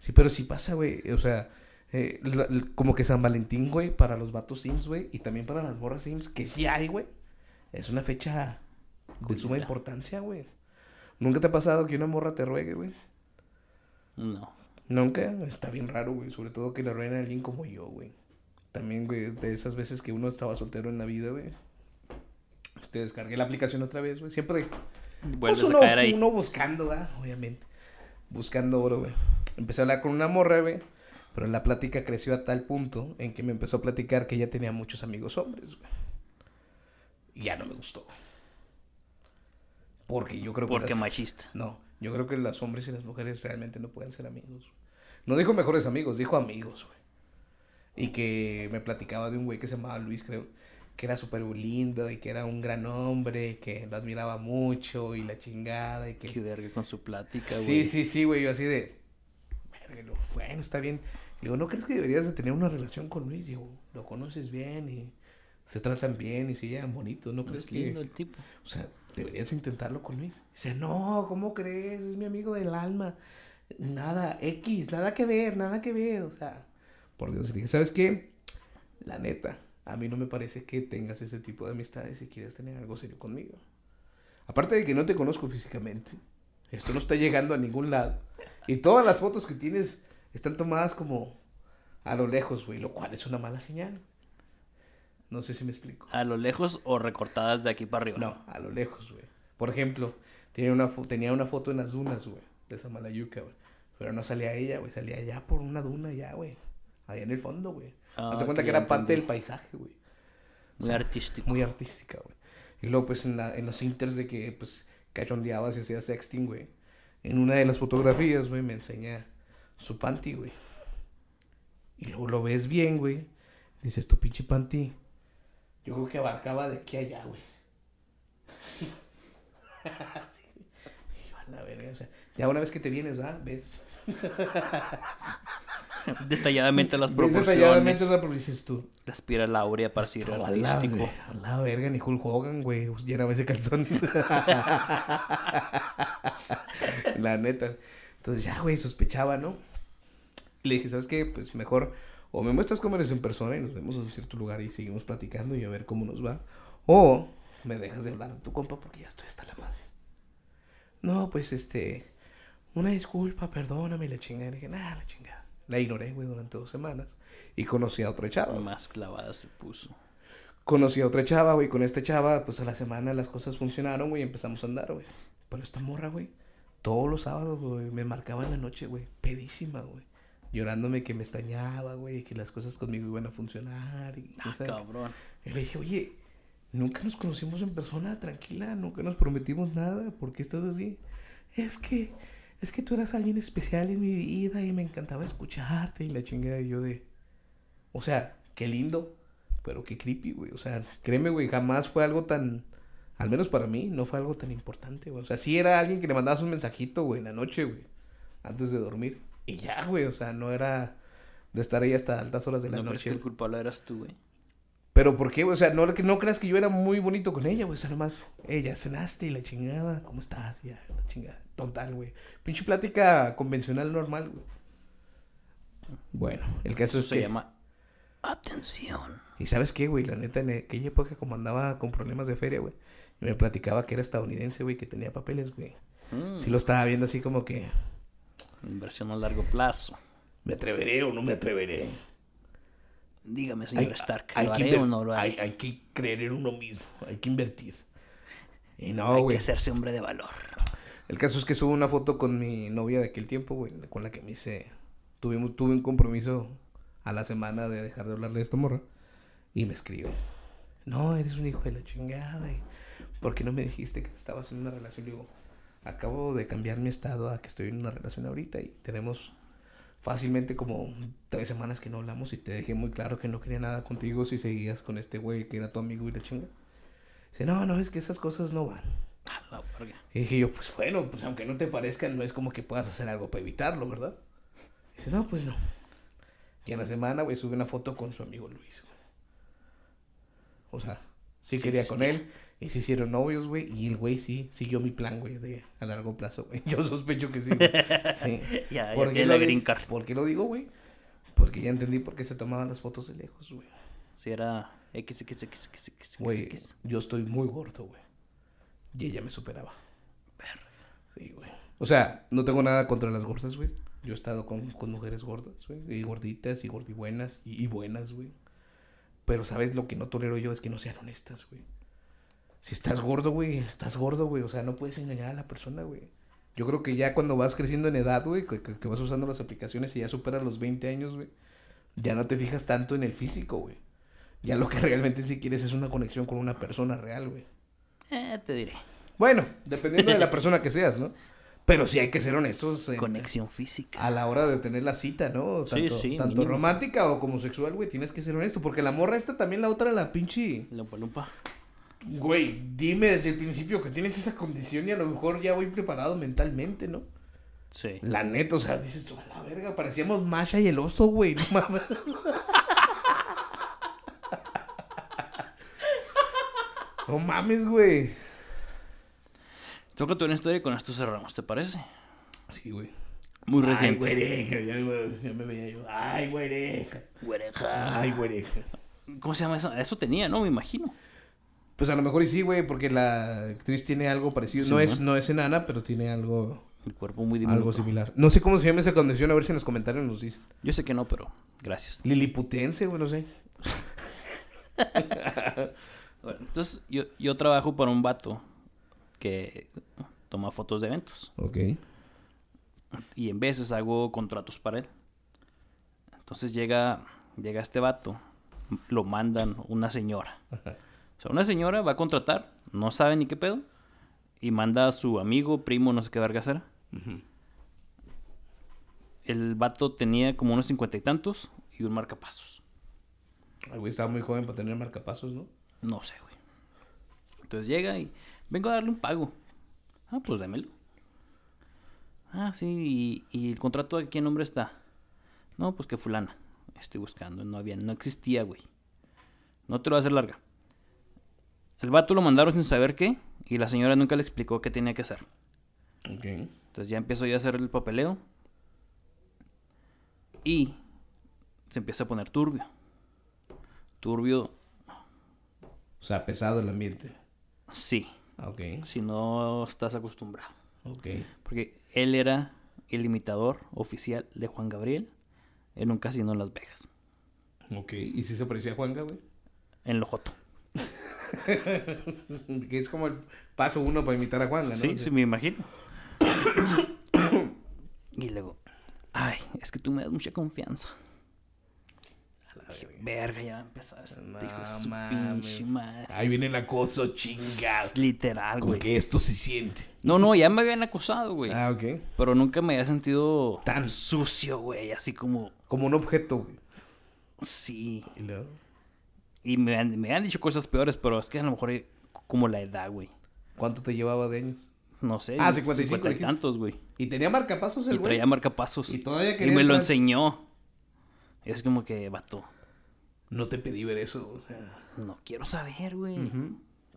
[SPEAKER 1] Sí, pero sí pasa, güey, o sea, eh, la- la- como que San Valentín, güey, para los vatos Sims, güey, y también para las morras Sims, que sí hay, güey, es una fecha de suma
[SPEAKER 2] Culera.
[SPEAKER 1] importancia, güey. ¿Nunca te ha pasado que una morra te ruegue, güey?
[SPEAKER 2] No.
[SPEAKER 1] Nunca, está bien raro, güey. Sobre todo que le rueden a alguien como yo, güey. También, güey, de esas veces que uno estaba soltero en la vida, güey. Este, descargué la aplicación otra vez, güey. Siempre, pues,
[SPEAKER 2] Vuelves
[SPEAKER 1] uno,
[SPEAKER 2] a caer ahí.
[SPEAKER 1] uno buscando, ¿verdad? Obviamente. Buscando oro, güey. Empecé a hablar con una morra, güey. Pero la plática creció a tal punto en que me empezó a platicar que ella tenía muchos amigos hombres, güey. Y ya no me gustó. Porque yo creo que...
[SPEAKER 2] Porque
[SPEAKER 1] las-
[SPEAKER 2] machista.
[SPEAKER 1] no, Yo creo que los hombres y las mujeres realmente no pueden ser amigos. No dijo mejores amigos, dijo amigos, güey. Y que me platicaba de un güey que se llamaba Luis, creo, que era súper lindo y que era un gran hombre, que lo admiraba mucho y la chingada y
[SPEAKER 2] Qué
[SPEAKER 1] que...
[SPEAKER 2] verga con su plática,
[SPEAKER 1] Sí,
[SPEAKER 2] güey.
[SPEAKER 1] sí, sí, güey, yo así de... "Verga, lo- Bueno, está bien. Le digo, ¿no crees que deberías de tener una relación con Luis? Digo, lo conoces bien y se tratan bien y se llevan bonito, ¿no crees
[SPEAKER 2] Es
[SPEAKER 1] que...?
[SPEAKER 2] lindo el tipo.
[SPEAKER 1] O sea, deberías intentarlo con Luis. Dice, no, ¿cómo crees? Es mi amigo del alma. Nada, X, nada que ver, nada que ver. O sea, por Dios, le dije, ¿sabes qué? La neta, a mí no me parece que tengas ese tipo de amistades si quieres tener algo serio conmigo. Aparte de que no te conozco físicamente, esto no está llegando a ningún lado. Y todas las fotos que tienes están tomadas como a lo lejos, güey, lo cual es una mala señal. No sé si me explico.
[SPEAKER 2] A lo lejos o recortadas de aquí para arriba.
[SPEAKER 1] No, a lo lejos, güey. Por ejemplo, tenía una, fo- tenía una foto en las dunas, güey, de Samalayuca, güey. Pero no salía ella, güey, salía allá por una duna ya, güey. Allá en el fondo, güey.
[SPEAKER 2] Ah,
[SPEAKER 1] Hace cuenta
[SPEAKER 2] ok,
[SPEAKER 1] que era
[SPEAKER 2] ya
[SPEAKER 1] parte del
[SPEAKER 2] entendí.
[SPEAKER 1] paisaje, güey.
[SPEAKER 2] Muy artístico.
[SPEAKER 1] Muy artística, güey. Y luego, pues, en, la- en los inters de que, pues, cachondeabas y hacías sexting, güey. En una de las fotografías, güey, me enseña su panty, güey. Y luego lo ves bien, güey. Dices, tu pinche panty. Yo creo que abarcaba de aquí a allá, güey. Sí. Y yo, a la verga, o sea, ya una vez que te vienes, ¿ah? Ves.
[SPEAKER 2] Detalladamente las
[SPEAKER 1] Ves
[SPEAKER 2] proporciones.
[SPEAKER 1] detalladamente esa pero dices tú.
[SPEAKER 2] La espira laurea para ser
[SPEAKER 1] A la,
[SPEAKER 2] artístico.
[SPEAKER 1] güey, a la verga, ni Hulk Hogan, güey. Llenaba ese calzón. la neta. Entonces ya, güey, sospechaba, ¿no? Y le dije, ¿sabes qué? Pues mejor o me muestras cómo eres en persona y nos vemos en cierto lugar y seguimos platicando y a ver cómo nos va. O me dejas de hablar de tu compa porque ya estoy hasta la madre. No, pues este. Una disculpa, perdóname, y la chingada. Le dije, nada, la chingada. La ignoré, güey, durante dos semanas. Y conocí a otra chava. güey
[SPEAKER 2] Más clavada se puso.
[SPEAKER 1] conocí a otra chava, güey. Con esta chava, pues a la semana las cosas funcionaron, güey. y Empezamos a andar, güey. Pero esta morra, güey. Todos los sábados, güey. Me marcaba en la noche, güey. Pedísima, güey. Llorándome que me extrañaba, güey. Que las cosas conmigo iban a funcionar. Y,
[SPEAKER 2] Ah,
[SPEAKER 1] esa-
[SPEAKER 2] cabrón.
[SPEAKER 1] y le dije, oye, nunca nos conocimos en persona, tranquila. Nunca nos prometimos nada. ¿Por qué estás así? Es que, es que tú eras alguien especial en mi vida y me encantaba escucharte. Y la chingada y yo de... O sea, qué lindo, pero qué creepy, güey. O sea, créeme, güey, jamás fue algo tan. Al menos para mí, no fue algo tan importante, güey. O sea, sí era alguien que le mandabas un mensajito, güey, en la noche, güey. Antes de dormir. Y ya, güey. O sea, no era de estar ahí hasta altas horas de la
[SPEAKER 2] No, pero es que
[SPEAKER 1] noche.
[SPEAKER 2] el culpable eras tú, güey.
[SPEAKER 1] Pero ¿por qué? güey? O sea, no, no creas que yo era muy bonito con ella, güey. O sea, nomás, ella, cenaste y la chingada, ¿cómo estás? Ya, la chingada. Total, güey. Pinche plática convencional normal, güey. Bueno, el caso
[SPEAKER 2] Eso
[SPEAKER 1] es
[SPEAKER 2] se
[SPEAKER 1] que...
[SPEAKER 2] llama atención.
[SPEAKER 1] Y sabes qué, güey, la neta, en aquella época como andaba con problemas de feria, güey, y me platicaba que era estadounidense, güey, que tenía papeles, güey.
[SPEAKER 2] Mm,
[SPEAKER 1] Sí lo estaba viendo así como que,
[SPEAKER 2] Inversión a largo plazo.
[SPEAKER 1] ¿me atreveré o no me atreveré?
[SPEAKER 2] Dígame, señor
[SPEAKER 1] Hay-
[SPEAKER 2] Stark,
[SPEAKER 1] hay
[SPEAKER 2] ¿lo
[SPEAKER 1] que
[SPEAKER 2] haré
[SPEAKER 1] inver-
[SPEAKER 2] o no lo haré?
[SPEAKER 1] hay- hay que creer en uno mismo, hay que invertir. Y no,
[SPEAKER 2] Hay
[SPEAKER 1] güey.
[SPEAKER 2] que hacerse hombre de valor.
[SPEAKER 1] El caso es que subo una foto con mi novia de aquel tiempo, güey, con la que me hice. Tuvimos, tuve un compromiso a la semana de dejar de hablarle de esta morra. Y me escribió: No, eres un hijo de la chingada. y ¿Por qué no me dijiste que estabas en una relación? Le digo: Acabo de cambiar mi estado a que estoy en una relación ahorita y tenemos fácilmente como tres semanas que no hablamos y te dejé muy claro que no quería nada contigo si seguías con este güey que era tu amigo y la chinga. Dice: No, no, es que esas cosas no van.
[SPEAKER 2] A Ah, la verga.
[SPEAKER 1] Y dije yo, pues bueno, pues aunque no te parezca, no es como que puedas hacer algo para evitarlo, ¿verdad? dice, no, pues no. Y a la semana, güey, sube una foto con su amigo Luis, güey. O sea, sí,
[SPEAKER 2] Sí
[SPEAKER 1] quería
[SPEAKER 2] existía.
[SPEAKER 1] con él. Y se hicieron novios, güey. Y el güey sí siguió mi plan, güey, de a largo plazo, güey. Yo sospecho que sí, güey. Sí.
[SPEAKER 2] Ya,
[SPEAKER 1] ¿Por
[SPEAKER 2] ya
[SPEAKER 1] qué
[SPEAKER 2] tiene
[SPEAKER 1] lo
[SPEAKER 2] la
[SPEAKER 1] di-
[SPEAKER 2] green card.
[SPEAKER 1] ¿Por qué lo digo, güey? Porque ya entendí por qué se tomaban las fotos de lejos, güey.
[SPEAKER 2] Si era XXXXXX.
[SPEAKER 1] Güey, yo estoy muy gordo, güey. Y ella me superaba. Sí, güey. O sea, no tengo nada contra las gordas, güey. Yo he estado con, con mujeres gordas, güey. Y gorditas, y gordibuenas, y, y buenas, güey. Pero, ¿sabes? Lo que no tolero yo es que no sean honestas, güey. Si estás gordo, güey, estás gordo, güey. O sea, no puedes engañar a la persona, güey. Yo creo que ya cuando vas creciendo en edad, güey, que, que- que vas usando las aplicaciones y ya superas los 20 años, güey, ya no te fijas tanto en el físico, güey. Ya lo que realmente sí quieres es una conexión con una persona real, güey.
[SPEAKER 2] Eh, te diré.
[SPEAKER 1] Bueno, dependiendo de la persona que seas, ¿no? Pero sí hay que ser honestos. en-
[SPEAKER 2] Conexión física.
[SPEAKER 1] a la hora de tener la cita, ¿no?
[SPEAKER 2] Sí,
[SPEAKER 1] Tanto,
[SPEAKER 2] sí,
[SPEAKER 1] tanto
[SPEAKER 2] mínimo.
[SPEAKER 1] romántica o como sexual, güey, tienes que ser honesto. Porque la morra esta también, la otra, la pinche.
[SPEAKER 2] La palumpa.
[SPEAKER 1] Güey, dime desde el principio que tienes esa condición y a lo mejor ya voy preparado mentalmente, ¿no?
[SPEAKER 2] Sí.
[SPEAKER 1] La neta, o sea, dices tú, a la verga, parecíamos Masha y el oso, güey, no mames. No mames, güey.
[SPEAKER 2] Tócate una historia y con esto cerramos, ¿te parece?
[SPEAKER 1] Sí, güey.
[SPEAKER 2] Muy
[SPEAKER 1] Ay,
[SPEAKER 2] reciente.
[SPEAKER 1] güereja, ya, me- ya me veía yo. Ay, güereja. Ay, güereja.
[SPEAKER 2] ¿Cómo se llama eso? Eso tenía, ¿no? Me imagino.
[SPEAKER 1] Pues a lo mejor y sí, güey, porque la actriz tiene algo parecido.
[SPEAKER 2] Sí,
[SPEAKER 1] no, es,
[SPEAKER 2] ¿no?
[SPEAKER 1] no es enana, pero tiene algo,
[SPEAKER 2] El cuerpo muy diminuto.
[SPEAKER 1] algo similar. No sé cómo se llama esa condición, a ver si en los comentarios nos dicen.
[SPEAKER 2] Yo sé que no, pero gracias.
[SPEAKER 1] Liliputense, güey, no sé.
[SPEAKER 2] Bueno, entonces, yo, yo trabajo para un vato que toma fotos de eventos.
[SPEAKER 1] Ok.
[SPEAKER 2] y en veces hago contratos para él. Entonces llega, llega este vato, lo mandan una señora. O sea, una señora va a contratar, no sabe ni qué pedo, y manda a su amigo, primo, no sé qué verga será. El vato tenía como unos cincuenta y tantos y un marcapasos.
[SPEAKER 1] Ay, güey, estaba muy joven para tener marcapasos, ¿no?
[SPEAKER 2] No sé, güey. Entonces llega y vengo a darle un pago. Ah, pues dámelo. Ah, sí, y, y el contrato a qué nombre está. No, pues que fulana. Estoy buscando, no había, no existía, güey. No te lo voy a hacer larga. El vato lo mandaron sin saber qué y la señora nunca le explicó qué tenía que hacer.
[SPEAKER 1] Ok.
[SPEAKER 2] Entonces ya empiezo yo a hacer el papeleo. Y se empieza a poner turbio. Turbio,
[SPEAKER 1] O sea, pesado el ambiente.
[SPEAKER 2] sí.
[SPEAKER 1] Ah, Ok.
[SPEAKER 2] si no estás acostumbrado.
[SPEAKER 1] Ok.
[SPEAKER 2] Porque él era el imitador oficial de Juan Gabriel en un casino en Las Vegas,
[SPEAKER 1] Ok. ¿Y si se parecía a Juanga, güey?
[SPEAKER 2] en Lojoto.
[SPEAKER 1] Que es como el paso uno para imitar a Juanga, ¿no?
[SPEAKER 2] Sí, sí, me imagino. y luego, ay, es que tú me das mucha confianza. Dije, Verga, ya va a empezar. este
[SPEAKER 1] No
[SPEAKER 2] hijo de su
[SPEAKER 1] mames.
[SPEAKER 2] pinche madre.
[SPEAKER 1] Ahí viene el acoso, chingado.
[SPEAKER 2] Literal,
[SPEAKER 1] Como
[SPEAKER 2] güey.
[SPEAKER 1] que esto se siente.
[SPEAKER 2] No, no, ya me habían acosado, güey.
[SPEAKER 1] Ah, ok.
[SPEAKER 2] Pero nunca me había sentido
[SPEAKER 1] Tan
[SPEAKER 2] sucio, güey. Así como,
[SPEAKER 1] Como un objeto, güey.
[SPEAKER 2] sí.
[SPEAKER 1] Y luego,
[SPEAKER 2] Y me han, me han dicho cosas peores, pero es que a lo mejor eh, como la edad, güey.
[SPEAKER 1] ¿Cuánto te llevaba de años?
[SPEAKER 2] No sé.
[SPEAKER 1] Ah, 55
[SPEAKER 2] cincuenta y
[SPEAKER 1] dijiste.
[SPEAKER 2] tantos, güey.
[SPEAKER 1] Y tenía marcapasos el
[SPEAKER 2] Y
[SPEAKER 1] güey.
[SPEAKER 2] traía marcapasos.
[SPEAKER 1] Y todavía
[SPEAKER 2] Y
[SPEAKER 1] quería
[SPEAKER 2] me lo
[SPEAKER 1] entrar.
[SPEAKER 2] enseñó. Y es como que, vato,
[SPEAKER 1] No te pedí ver eso. O sea,
[SPEAKER 2] no quiero saber, güey.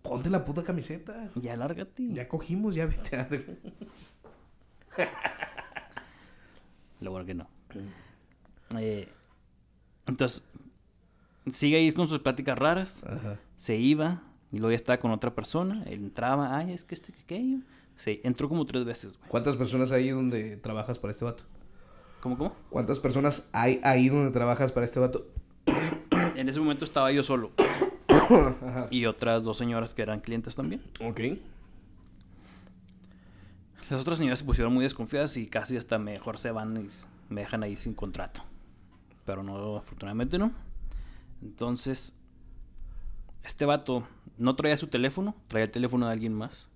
[SPEAKER 1] ponte la puta camiseta.
[SPEAKER 2] Ya lárgate.
[SPEAKER 1] Ya cogimos, ya vete. a-
[SPEAKER 2] Lo bueno que no. Eh, entonces, sigue ahí con sus pláticas raras.
[SPEAKER 1] Ajá.
[SPEAKER 2] Se iba y luego ya estaba con otra persona. Él entraba, ay, es que esto que aquello. Sí, entró como tres veces, güey.
[SPEAKER 1] ¿Cuántas personas hay donde trabajas para este vato?
[SPEAKER 2] ¿Cómo, cómo?
[SPEAKER 1] ¿Cuántas personas hay ahí donde trabajas para este vato?
[SPEAKER 2] En ese momento estaba yo solo. y otras dos señoras que eran clientes también.
[SPEAKER 1] Ok.
[SPEAKER 2] Las otras señoras se pusieron muy desconfiadas y casi hasta mejor se van y me dejan ahí sin contrato. Pero no, afortunadamente no. Entonces, este vato no traía su teléfono, traía el teléfono de alguien más.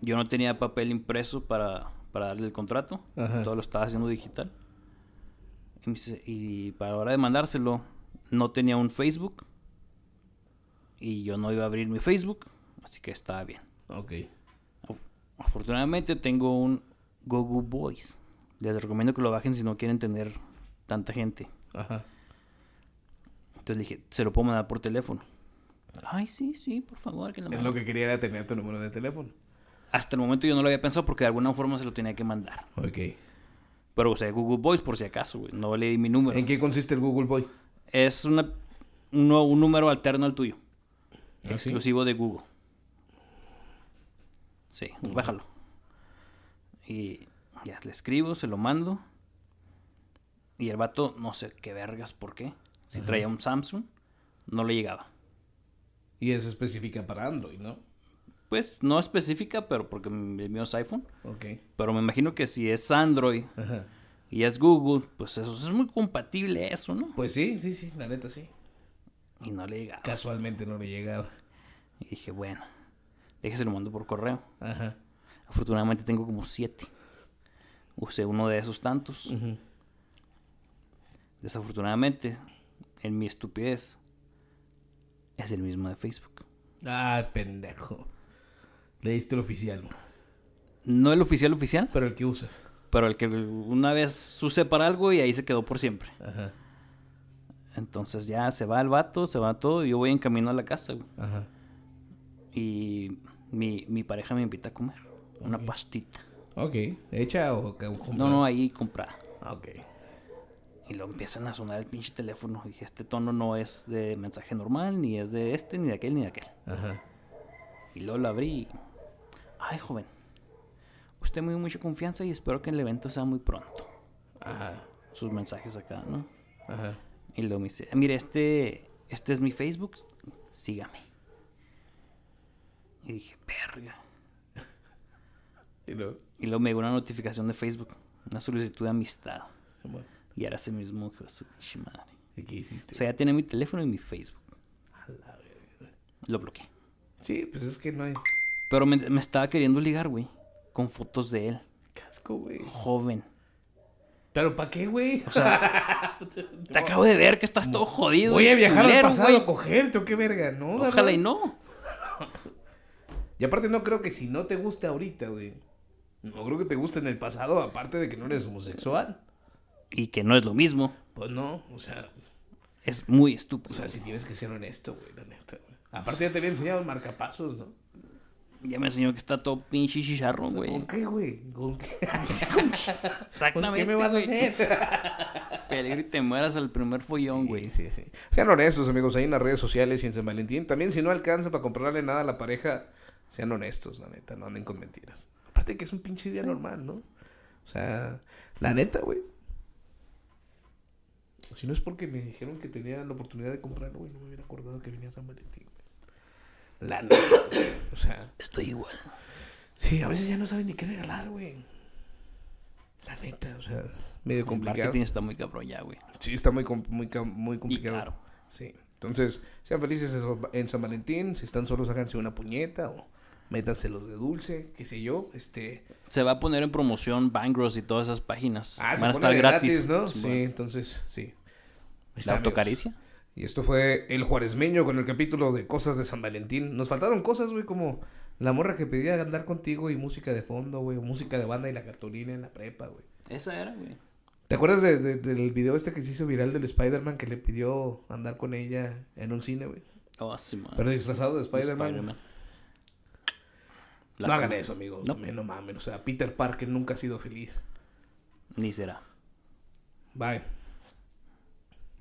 [SPEAKER 2] Yo no tenía papel impreso para, para darle el contrato,
[SPEAKER 1] Ajá.
[SPEAKER 2] todo lo estaba haciendo digital. Y, me dice- y para la hora de mandárselo, no tenía un Facebook. Y yo no iba a abrir mi Facebook, así que estaba bien.
[SPEAKER 1] Ok.
[SPEAKER 2] Af- Afortunadamente tengo un Gogu Boys. Les recomiendo que lo bajen si no quieren tener tanta gente.
[SPEAKER 1] Ajá.
[SPEAKER 2] Entonces le dije, se lo puedo mandar por teléfono. Ay, sí, sí, por favor. Que lo
[SPEAKER 1] Es
[SPEAKER 2] mande".
[SPEAKER 1] lo que quería era tener tu número de teléfono.
[SPEAKER 2] Hasta el momento yo no lo había pensado porque de alguna forma se lo tenía que mandar.
[SPEAKER 1] Ok.
[SPEAKER 2] Pero usé Google Boys por si acaso, güey. No le di mi número.
[SPEAKER 1] ¿En qué consiste el Google Boy?
[SPEAKER 2] Es una, un, nuevo- un número alterno al tuyo.
[SPEAKER 1] ¿Ah, sí?
[SPEAKER 2] exclusivo de Google. Sí, bájalo. Y ya le escribo, se lo mando. Y el vato, no sé qué vergas, por qué. Si traía un Samsung, no le llegaba.
[SPEAKER 1] Y es específica para Android, ¿no?
[SPEAKER 2] Pues no específica, pero porque m- el mío es iPhone.
[SPEAKER 1] Ok.
[SPEAKER 2] Pero me imagino que si es Android
[SPEAKER 1] Ajá.
[SPEAKER 2] y es Google, pues eso es muy compatible eso, ¿no?
[SPEAKER 1] Pues sí, sí, sí, la neta sí.
[SPEAKER 2] Y no le llegaba.
[SPEAKER 1] Casualmente no le llegaba.
[SPEAKER 2] Y dije, bueno, déjese lo mando por correo.
[SPEAKER 1] Ajá.
[SPEAKER 2] Afortunadamente tengo como siete. Usé uno de esos tantos.
[SPEAKER 1] Ujú.
[SPEAKER 2] Desafortunadamente, en mi estupidez, es el mismo de Facebook.
[SPEAKER 1] Ah, pendejo. Le diste el oficial, güey.
[SPEAKER 2] No el oficial oficial,
[SPEAKER 1] pero el que usas.
[SPEAKER 2] pero el que una vez usé para algo y ahí se quedó por siempre.
[SPEAKER 1] Ajá,
[SPEAKER 2] Entonces ya se va el vato, se va todo y yo voy en camino a la casa. güey.
[SPEAKER 1] ajá.
[SPEAKER 2] Y mi, mi pareja me invita a comer una pastita.
[SPEAKER 1] Ok, hecha o ca- o
[SPEAKER 2] No, no, ahí comprada.
[SPEAKER 1] Ah, Ok.
[SPEAKER 2] Y lo empiezan a sonar el pinche teléfono. Y dije, este tono no es de mensaje normal, ni es de este, ni de aquel, ni de aquel.
[SPEAKER 1] Ajá.
[SPEAKER 2] Y luego lo abrí. y, Ay, joven. Usted me dio mucha confianza y espero que el evento sea muy pronto.
[SPEAKER 1] Ajá.
[SPEAKER 2] Sus mensajes acá, ¿no?
[SPEAKER 1] Ajá.
[SPEAKER 2] Y luego me dice, mire, este, este es mi Facebook, sígame. Y dije, verga.
[SPEAKER 1] Y luego.
[SPEAKER 2] Y luego me llegó una notificación de Facebook, una solicitud de amistad.
[SPEAKER 1] Bueno,
[SPEAKER 2] Y ahora ese mismo que su pinche madre.
[SPEAKER 1] ¿y qué hiciste?
[SPEAKER 2] O sea, ya tiene mi teléfono y mi Facebook.
[SPEAKER 1] A la verga.
[SPEAKER 2] Lo bloqueé.
[SPEAKER 1] sí, pues es que no hay
[SPEAKER 2] Pero me, me estaba queriendo ligar, güey. Con fotos de él.
[SPEAKER 1] casco, güey.
[SPEAKER 2] Joven.
[SPEAKER 1] Pero ¿para qué, güey?
[SPEAKER 2] O sea, te acabo de ver que estás todo jodido.
[SPEAKER 1] Voy a viajar al
[SPEAKER 2] culero,
[SPEAKER 1] pasado
[SPEAKER 2] güey.
[SPEAKER 1] a cogerte, ¿o qué verga, ¿no?
[SPEAKER 2] Ojalá
[SPEAKER 1] ¿verdad?
[SPEAKER 2] y no.
[SPEAKER 1] Y aparte no creo que si no te gusta ahorita, güey. No creo que te guste en el pasado, aparte de que no eres homosexual.
[SPEAKER 2] Y que no es lo mismo.
[SPEAKER 1] Pues no, o sea,
[SPEAKER 2] Es muy
[SPEAKER 1] o
[SPEAKER 2] estúpido.
[SPEAKER 1] sea, si tienes que ser honesto, güey, la neta, güey. Aparte ya te había enseñado el marcapasos, ¿no?
[SPEAKER 2] ya me enseñó que está todo pinche chicharrón, güey.
[SPEAKER 1] ¿Con qué, güey? ¿Con qué? ¿Con
[SPEAKER 2] Exactamente.
[SPEAKER 1] qué me vas a
[SPEAKER 2] güey.
[SPEAKER 1] hacer?
[SPEAKER 2] Peligro y te mueras al primer follón, güey.
[SPEAKER 1] Güey, sí, sí. Sean honestos, amigos, ahí en las redes sociales y en San Valentín. También si no alcanza para comprarle nada a la pareja, sean honestos, la neta, no anden con mentiras. Aparte que es un pinche día normal, ¿no? O sea, la neta, güey. Si no es porque me dijeron que tenía la oportunidad de comprar, güey, no me hubiera acordado que venía San Valentín, güey. La neta, güey. O sea,
[SPEAKER 2] Estoy igual.
[SPEAKER 1] sí, a veces ya no saben ni qué regalar, güey. La neta, o sea, es medio
[SPEAKER 2] El
[SPEAKER 1] complicado.
[SPEAKER 2] marketing está muy cabrón ya, güey.
[SPEAKER 1] Sí, está muy, com- muy, cam- muy complicado.
[SPEAKER 2] caro.
[SPEAKER 1] Sí. Entonces, sean felices en San- en San Valentín. Si están solos, háganse una puñeta o métanselos de dulce, qué sé yo. Este.
[SPEAKER 2] Se va a poner en promoción Bangros y todas esas páginas.
[SPEAKER 1] Ah, se
[SPEAKER 2] Van a
[SPEAKER 1] pone
[SPEAKER 2] estar
[SPEAKER 1] de
[SPEAKER 2] gratis,
[SPEAKER 1] gratis, ¿no? Sí,
[SPEAKER 2] Sí, bueno.
[SPEAKER 1] entonces, sí. Ahí está,
[SPEAKER 2] La
[SPEAKER 1] amigos.
[SPEAKER 2] autocaricia.
[SPEAKER 1] Y esto fue El Juaresmeño con el capítulo de Cosas de San Valentín. Nos faltaron cosas, güey, como la morra que pedía andar contigo y música de fondo, güey, o música de banda y la cartulina en la prepa, güey.
[SPEAKER 2] Esa era, güey.
[SPEAKER 1] ¿Te acuerdas de- de- del video este que se hizo viral del Spider-Man que le pidió andar con ella en un cine, güey?
[SPEAKER 2] Oh, sí, man.
[SPEAKER 1] Pero disfrazado de Spider-Man.
[SPEAKER 2] Spider-Man.
[SPEAKER 1] no hagan eso, amigos.
[SPEAKER 2] No.
[SPEAKER 1] También no mamen. O sea, Peter Parker nunca ha sido feliz.
[SPEAKER 2] Ni será.
[SPEAKER 1] Bye.